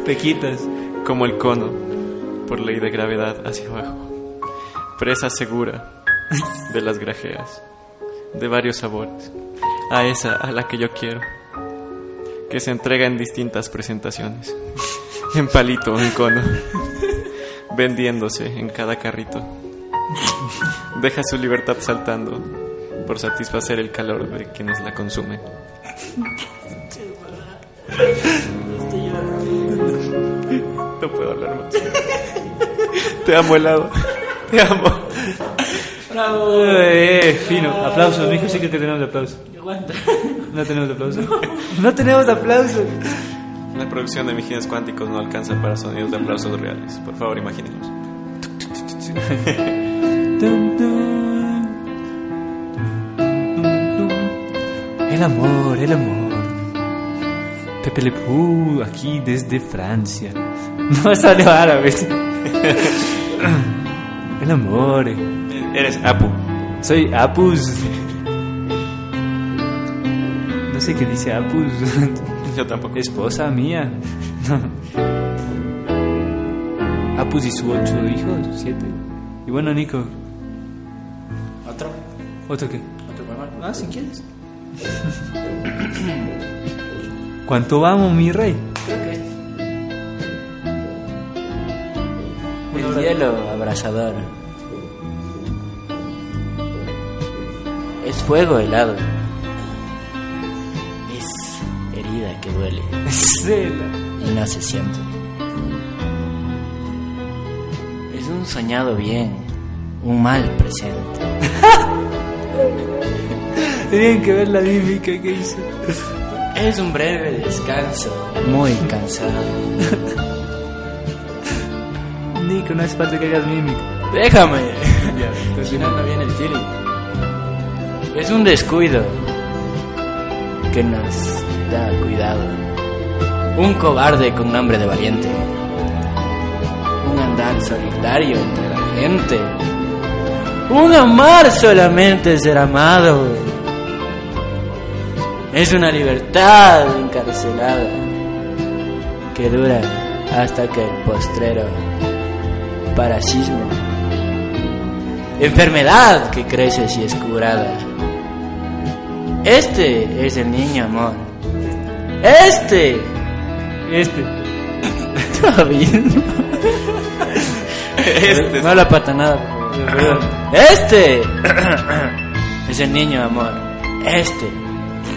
[SPEAKER 2] Pequitas.
[SPEAKER 3] como el cono, por ley de gravedad hacia abajo. Presa segura de las grajeas, de varios sabores. A esa, a la que yo quiero. Que se entrega en distintas presentaciones. En palito, en cono vendiéndose en cada carrito. Deja su libertad saltando por satisfacer el calor de quienes la consumen. No puedo hablar más. Te amo helado. Te amo.
[SPEAKER 2] ¡Bravo! Eh, fino. Aplausos, mijo, sí que tenemos aplausos. Aguanta. No tenemos aplausos. No, tenemos aplausos.
[SPEAKER 3] La producción de Mejines Cuánticos no alcanza para sonidos de aplausos reales. Por favor, imagínenlos.
[SPEAKER 2] El amor, el amor. Pepe Le Pew, aquí desde Francia. No sale árabe. El amor.
[SPEAKER 3] Eres Apu.
[SPEAKER 2] Soy Apus. No sé qué dice Apus.
[SPEAKER 3] Yo tampoco.
[SPEAKER 2] Esposa mía. Apus y sus ocho hijos, siete. Y bueno, Nico,
[SPEAKER 6] ¿Otro?
[SPEAKER 2] ¿otro qué?
[SPEAKER 6] ¿Otro poema? Ah, si quieres.
[SPEAKER 2] ¿Cuánto vamos, mi rey?
[SPEAKER 1] El hielo abrasador. Es fuego helado. Es herida que duele
[SPEAKER 2] Cela.
[SPEAKER 1] y no se siente. Es un soñado bien, un mal presente.
[SPEAKER 2] Tenían que ver la mímica que hizo.
[SPEAKER 1] Es un breve descanso, muy cansado.
[SPEAKER 2] Nico, no hace falta que hagas mímica.
[SPEAKER 1] Déjame. Cocinando Pues bien el chili. Es un descuido que nos da cuidado. Un cobarde con nombre de valiente. Un andar solitario entre la gente. Un amar solamente ser amado. Es una libertad encarcelada que dura hasta que el postrero parasismo. Enfermedad que crece si es curada. Este es el niño amor. Este.
[SPEAKER 2] Este.
[SPEAKER 1] Está bien.
[SPEAKER 3] Este.
[SPEAKER 1] No la patanada. perdón. Este. Es el niño amor. Este.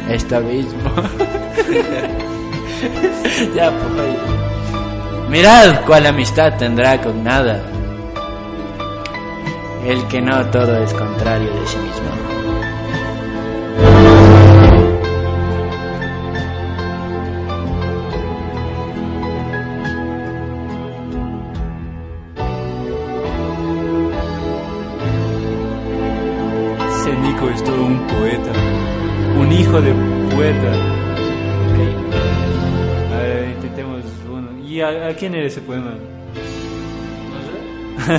[SPEAKER 1] Está mismo. ya, pues. oye. Mirad cuál amistad tendrá con nada. El que no todo es contrario de sí mismo.
[SPEAKER 2] Ese Nico es todo un poeta. Un hijo de poeta. A ver, intentemos uno. ¿Y a, a quién era ese poema? No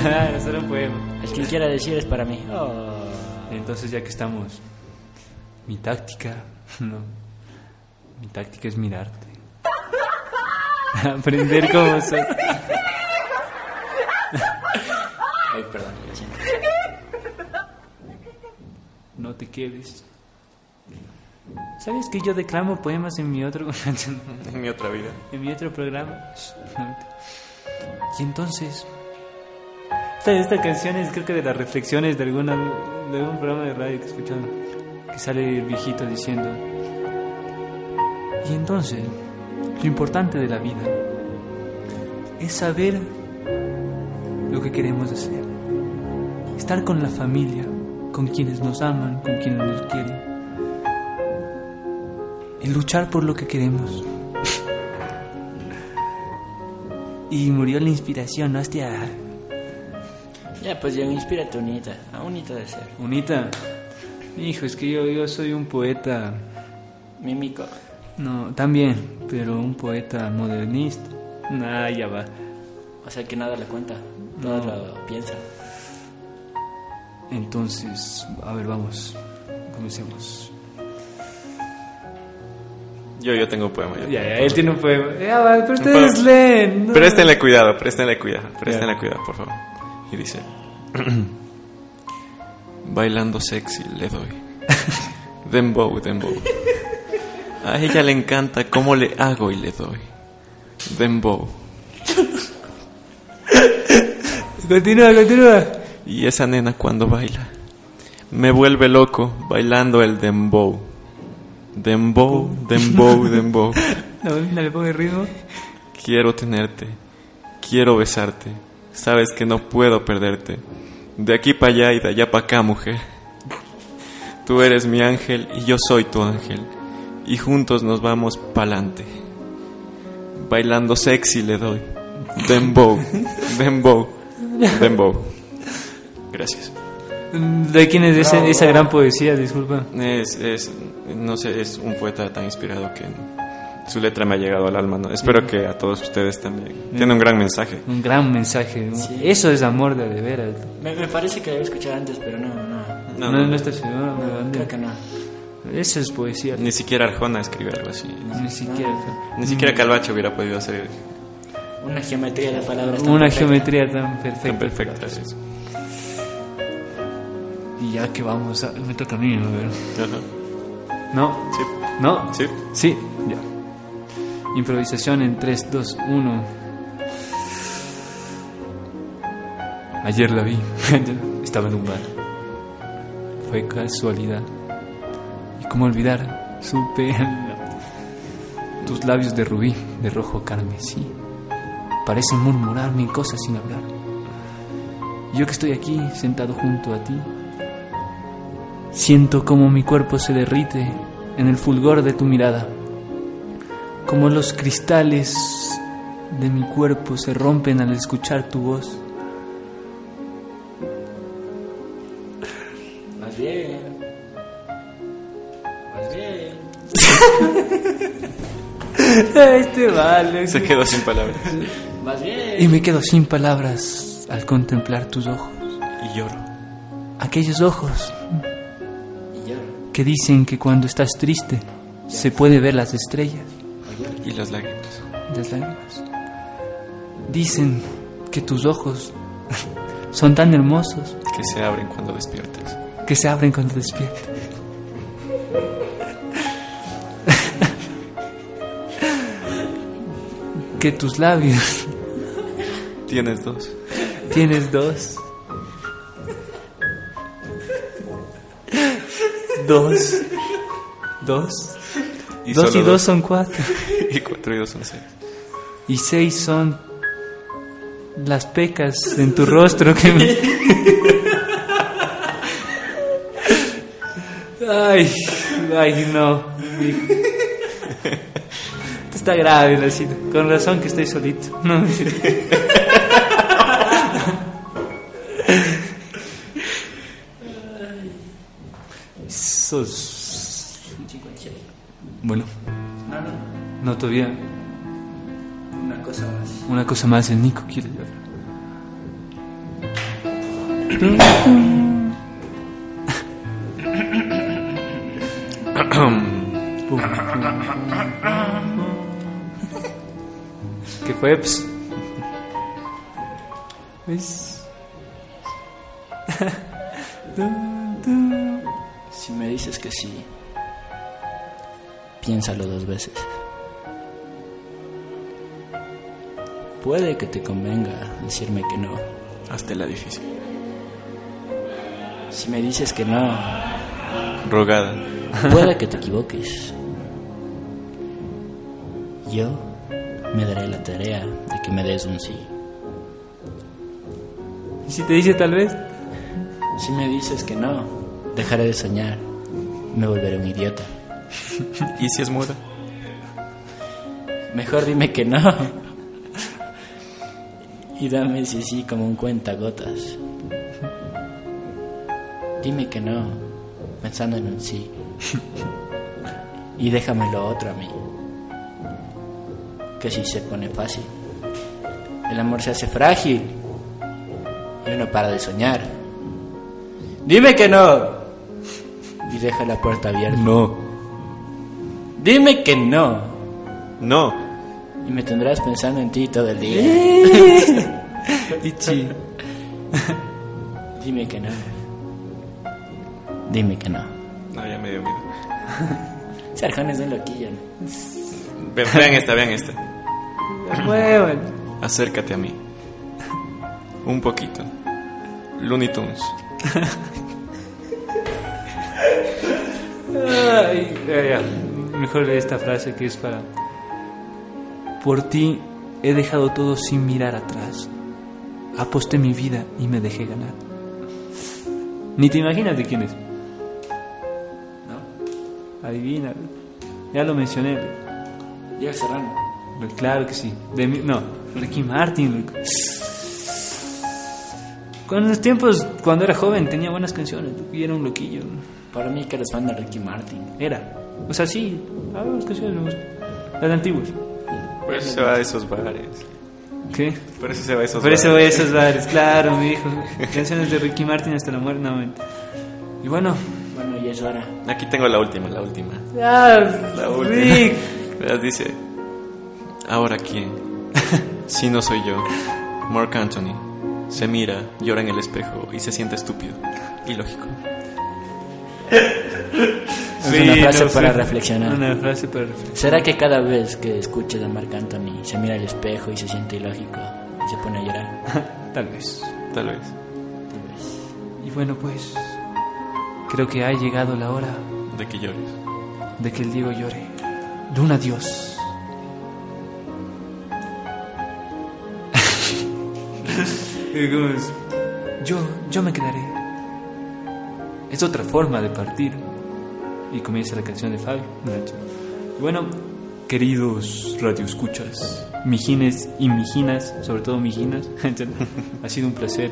[SPEAKER 2] sé. Solo un poema.
[SPEAKER 1] El que quiera decir es para mí. Oh.
[SPEAKER 2] Entonces, ya que estamos. Mi táctica. No. Mi táctica es mirarte. Aprender cómo soy.
[SPEAKER 1] Ay, perdón, lo siento.
[SPEAKER 2] No te quedes. ¿Sabes que yo declamo poemas en mi otro
[SPEAKER 3] En mi otra vida.
[SPEAKER 2] en mi otro programa? Y entonces esta, esta canción es creo que de las reflexiones de alguna de algún programa de radio que escuchaba que sale el viejito diciendo y entonces lo importante de la vida es saber lo que queremos hacer estar con la familia, con quienes nos aman, con quienes nos quieren. Y luchar por lo que queremos. y murió la inspiración, ¿no? este Hostia.
[SPEAKER 1] Ya, pues ya inspira tu unita, a unita de ser.
[SPEAKER 2] Unita. Hijo, es que yo, yo soy un poeta.
[SPEAKER 1] Mímico.
[SPEAKER 2] No, también, pero un poeta modernista. Nah, ya va.
[SPEAKER 1] O sea que nada le cuenta, todo lo piensa.
[SPEAKER 2] Entonces, a ver, vamos. Comencemos.
[SPEAKER 3] Yo, yo tengo un poema. yo
[SPEAKER 2] Ya, ya,
[SPEAKER 3] tengo un
[SPEAKER 2] él
[SPEAKER 3] poema.
[SPEAKER 2] tiene un poema. Ya va, pero ustedes
[SPEAKER 3] poema.
[SPEAKER 2] leen. ¿no?
[SPEAKER 3] Préstenle cuidado, préstenle cuidado, préstenle cuidado, por favor. Y dice: Bailando sexy le doy. Dembow, dembow. A ella le encanta cómo le hago y le doy. Dembow.
[SPEAKER 2] Continúa, continúa.
[SPEAKER 3] Y esa nena cuando baila me vuelve loco bailando el dembow. Dembow, dembow, dembow.
[SPEAKER 2] La bolina le pone ritmo.
[SPEAKER 3] Quiero tenerte. Quiero besarte. Sabes que no puedo perderte. De aquí para allá y de allá para acá, mujer. Tú eres mi ángel y yo soy tu ángel. Y juntos nos vamos pa'lante. Bailando sexy le doy. Dembow. Dembow. Dembow. Gracias.
[SPEAKER 2] ¿De quién es ese- esa gran poesía? Disculpa.
[SPEAKER 3] Es, es, no sé, es un poeta tan inspirado que su letra me ha llegado al alma. ¿no? Espero que a todos ustedes también. Tiene un gran mensaje.
[SPEAKER 2] Un gran mensaje. ¿no? Eso es amor de a de veras.
[SPEAKER 1] Me, me parece que lo había escuchado antes, pero no, no.
[SPEAKER 2] No,
[SPEAKER 3] No,
[SPEAKER 2] no,
[SPEAKER 3] no,
[SPEAKER 2] está seguro, ¿no?
[SPEAKER 1] Creo que no.
[SPEAKER 2] Eso es poesía.
[SPEAKER 3] Ni siquiera Arjona escribe algo así.
[SPEAKER 2] Ni siquiera.
[SPEAKER 3] Ni siquiera
[SPEAKER 2] Mm.
[SPEAKER 3] Calvache hubiera podido hacer
[SPEAKER 1] Una geometría de palabras. tan
[SPEAKER 2] Una
[SPEAKER 1] perfecta.
[SPEAKER 2] geometría tan perfecta.
[SPEAKER 3] tan perfecta. así.
[SPEAKER 2] Y ya que vamos a... Me toca a mí, a ver.
[SPEAKER 3] Ajá.
[SPEAKER 2] No,
[SPEAKER 3] Sí,
[SPEAKER 2] no,
[SPEAKER 3] sí.
[SPEAKER 2] sí, ya. Improvisación en 3, 2, 1. Ayer la vi. Estaba en un bar. Fue casualidad. ¿Y cómo olvidar? Supe tus labios de rubí, de rojo carmesí. Parecen murmurar mil cosas sin hablar. Yo que estoy aquí, sentado junto a ti, Siento como mi cuerpo se derrite en el fulgor de tu mirada, como los cristales de mi cuerpo se rompen al escuchar tu voz.
[SPEAKER 1] Más bien. Más bien.
[SPEAKER 2] Este vale.
[SPEAKER 3] Se quedó sin palabras.
[SPEAKER 1] Más bien.
[SPEAKER 2] Y me quedo sin palabras al contemplar tus ojos,
[SPEAKER 3] Y lloro.
[SPEAKER 2] aquellos ojos
[SPEAKER 1] Y lloro.
[SPEAKER 2] que dicen que cuando estás triste se puede ver las estrellas,
[SPEAKER 3] Y las lágrimas.
[SPEAKER 2] las lágrimas. Dicen que tus ojos son tan hermosos
[SPEAKER 3] Que se abren cuando despiertas.
[SPEAKER 2] que se abren cuando despiertas. que tus labios
[SPEAKER 3] Tienes dos.
[SPEAKER 2] tienes dos. Dos. Dos.
[SPEAKER 3] Y
[SPEAKER 2] dos y
[SPEAKER 3] solo
[SPEAKER 2] dos son cuatro.
[SPEAKER 3] Y cuatro y dos son seis.
[SPEAKER 2] Y seis son las pecas en tu rostro que me... Ay, ay, no. Esto Está grave la cita. Con razón que estoy solito. No, mentira. Sos- Bueno. No, todavía.
[SPEAKER 1] Una cosa más.
[SPEAKER 2] Una cosa más, el Nico quiere llorar. Pum, pum. ¿Qué fue? Ps? ¿Ves? Dun, dun.
[SPEAKER 1] Si me dices que sí, piénsalo dos veces. Puede que te convenga decirme que no.
[SPEAKER 3] Hazte la difícil.
[SPEAKER 1] Si me dices que no,
[SPEAKER 3] Rogada.
[SPEAKER 1] puede que te equivoques. Yo me daré la tarea de que me des un sí.
[SPEAKER 2] ¿Y si te dice tal vez?
[SPEAKER 1] Si me dices que no, dejaré de soñar. Me volveré un idiota.
[SPEAKER 3] ¿Y si es muda?
[SPEAKER 1] Mejor dime que no. Y dame ese sí como un cuentagotas. Dime que no, pensando en un sí. Y déjame lo otro a mí. Que si se pone fácil. El amor se hace frágil. Y uno para de soñar. Dime que no. Y deja la puerta abierta.
[SPEAKER 3] No.
[SPEAKER 1] Dime que no.
[SPEAKER 3] No.
[SPEAKER 1] Y me tendrás pensando en ti todo el día.
[SPEAKER 2] Ichi.
[SPEAKER 1] Dime que no. Dime que no.
[SPEAKER 3] No, ya me dio miedo.
[SPEAKER 1] Sarjón es un loquillo. ¿no?
[SPEAKER 3] Ve- vean esta, vean esta.
[SPEAKER 2] Bueno,
[SPEAKER 3] Acércate a mí. Un poquito. Looney Tunes.
[SPEAKER 2] Ay, ya, ya. Mejor esta frase que es para... Por ti he dejado todo sin mirar atrás. Aposté mi vida y me dejé ganar. Ni te imaginas de quién es. ¿No? Adivina. Ya lo mencioné. Pues
[SPEAKER 1] Diego Serrano.
[SPEAKER 2] Claro que sí. De mi- no, Ricky Martin. loco. Con los tiempos, cuando era joven, tenía buenas canciones. loco, Y era un loquillo.
[SPEAKER 1] Para mí que eres fan de Ricky Martin.
[SPEAKER 2] Era. O sea, sí. había unas canciones me gustan. Las antiguas.
[SPEAKER 3] Por eso se va a esos bares.
[SPEAKER 2] ¿Qué?
[SPEAKER 3] Por eso se va a esos
[SPEAKER 2] Por eso voy a
[SPEAKER 3] bares.
[SPEAKER 2] esos bares. Claro, mi hijo. Canciones de Ricky Martin hasta la muerte. no, mentira. y bueno.
[SPEAKER 1] Bueno, ya es hora.
[SPEAKER 3] Aquí tengo la última, la última. La última.
[SPEAKER 2] Rick.
[SPEAKER 3] Verás, dice. Ahora quién? si no soy yo. Mark Anthony. Se mira, llora en el espejo y se siente estúpido. Ilógico.
[SPEAKER 1] Es una frase
[SPEAKER 2] no,
[SPEAKER 1] para
[SPEAKER 2] sí.
[SPEAKER 1] reflexionar.
[SPEAKER 2] Una frase para reflexionar.
[SPEAKER 1] ¿Será que cada vez que escuchas a Marc Anthony se mira al espejo y se siente ilógico y se pone a llorar?
[SPEAKER 2] Tal vez.
[SPEAKER 3] Tal vez.
[SPEAKER 1] Tal vez.
[SPEAKER 2] Y bueno, pues. Creo que ha llegado la hora
[SPEAKER 3] De que llores.
[SPEAKER 2] de que el Diego llore. De un adiós. Yo, yo me quedaré. Es otra forma de partir. Y comienza la canción de Fabio. Nacho. Y Bueno, queridos radioescuchas, mijines y mijinas, sobre todo mijinas, ha sido un placer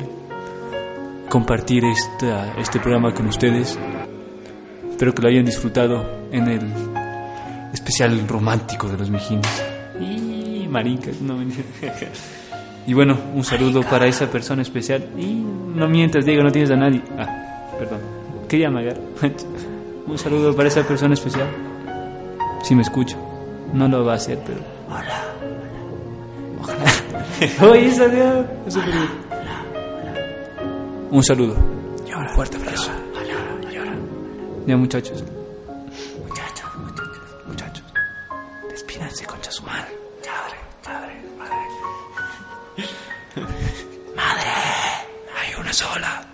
[SPEAKER 2] compartir esta, este programa con ustedes. Espero que lo hayan disfrutado en el especial romántico de los mijines. Y marincas, no mentira. Y bueno, un saludo para esa persona especial. Y no mientas, Diego, no tienes a nadie. Ah, perdón. Quería amagar. un saludo para esa persona especial. Si me escucha. No lo va a hacer, pero. Hola. Ojalá. Oye, salió. Eso fue bien. Un saludo. Y ahora, fuerte abrazo. Ya, muchachos. Muchachos, muchachos, muchachos. Despídanse, concha su madre. Madre, madre, madre. Madre, hay una sola.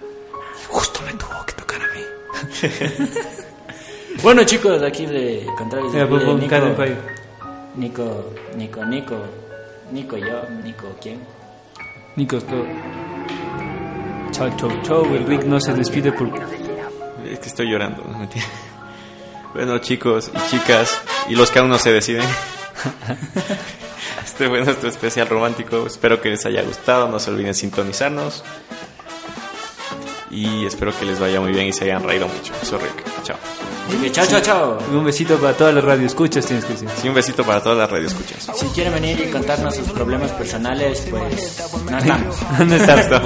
[SPEAKER 2] Justo me tuvo que tocar a mí.
[SPEAKER 1] Bueno, chicos, aquí de Contrarios
[SPEAKER 2] Ya,
[SPEAKER 1] de
[SPEAKER 2] pues, pon cara de
[SPEAKER 1] Nico,
[SPEAKER 2] payo.
[SPEAKER 1] Nico, Nico, Nico, Nico, yo, Nico, ¿quién?
[SPEAKER 2] Nicos, todo. Chau, chau, chau. El Rick no se despide por.
[SPEAKER 3] Es que estoy llorando. no mentira. Bueno, chicos y chicas, y los que aún no se deciden. Este fue nuestro especial romántico. Espero que les haya gustado. No se olviden sintonizarnos. Y espero que les vaya muy bien y se hayan reído mucho. Soy Rick. Chao.
[SPEAKER 1] Así que chao, chao, chao.
[SPEAKER 2] Un besito para todas las radioescuchas, tienes que decir.
[SPEAKER 3] Y un besito para todas las radioescuchas.
[SPEAKER 1] Si quieren venir y contarnos sus problemas personales, pues no estamos.
[SPEAKER 2] ¿Dónde estás?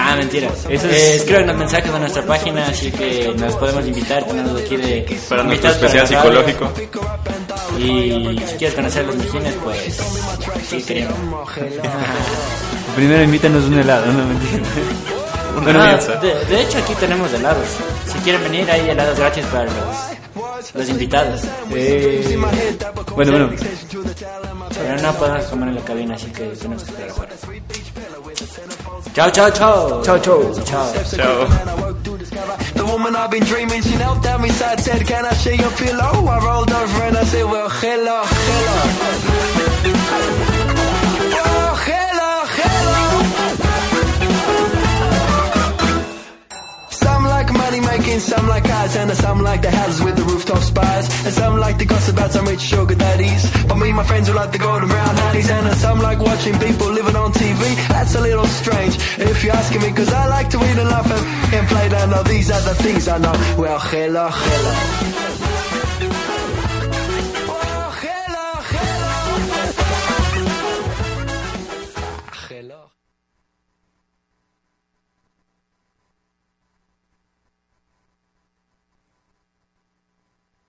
[SPEAKER 1] Ah, mentira.
[SPEAKER 2] Eso es-
[SPEAKER 1] Eh, escriban los mensajes a nuestra página, así que nos podemos invitar. Tenemos aquí de.
[SPEAKER 3] Para nuestro
[SPEAKER 1] invitados
[SPEAKER 3] especial
[SPEAKER 1] la radio.
[SPEAKER 3] psicológico.
[SPEAKER 1] Y si quieres conocer los mijines, pues. Sí, creo.
[SPEAKER 2] Primero invítanos un helado, no mentira.
[SPEAKER 3] Una
[SPEAKER 1] Ah,
[SPEAKER 3] alianza.
[SPEAKER 1] de, de hecho, aquí tenemos helados. Si quieren venir, hay helados gratis para los, los invitados.
[SPEAKER 2] Eh, Bueno, bueno.
[SPEAKER 1] Pero no podemos comer en la cabina, así que tenemos que esperar afuera. Chao, chao, chao. Chao, chao. Chao.
[SPEAKER 3] Chao.
[SPEAKER 7] The woman I've been dreaming, she knelt down beside said, Can I share your pillow? I rolled over and I said, Well, hello, hello. Well, hello, hello. Some like money making, some like eyes, and some like the houses with the rooftop spires, and some like the gossip about some rich sugar daddies. But me and my friends are like the golden brown daddies, and some like watching people living on TV. That's a little strange, if you're asking me, cause I like to eat and laugh and, and play down. Now these are the things I know. Well, hello, hello. Oh,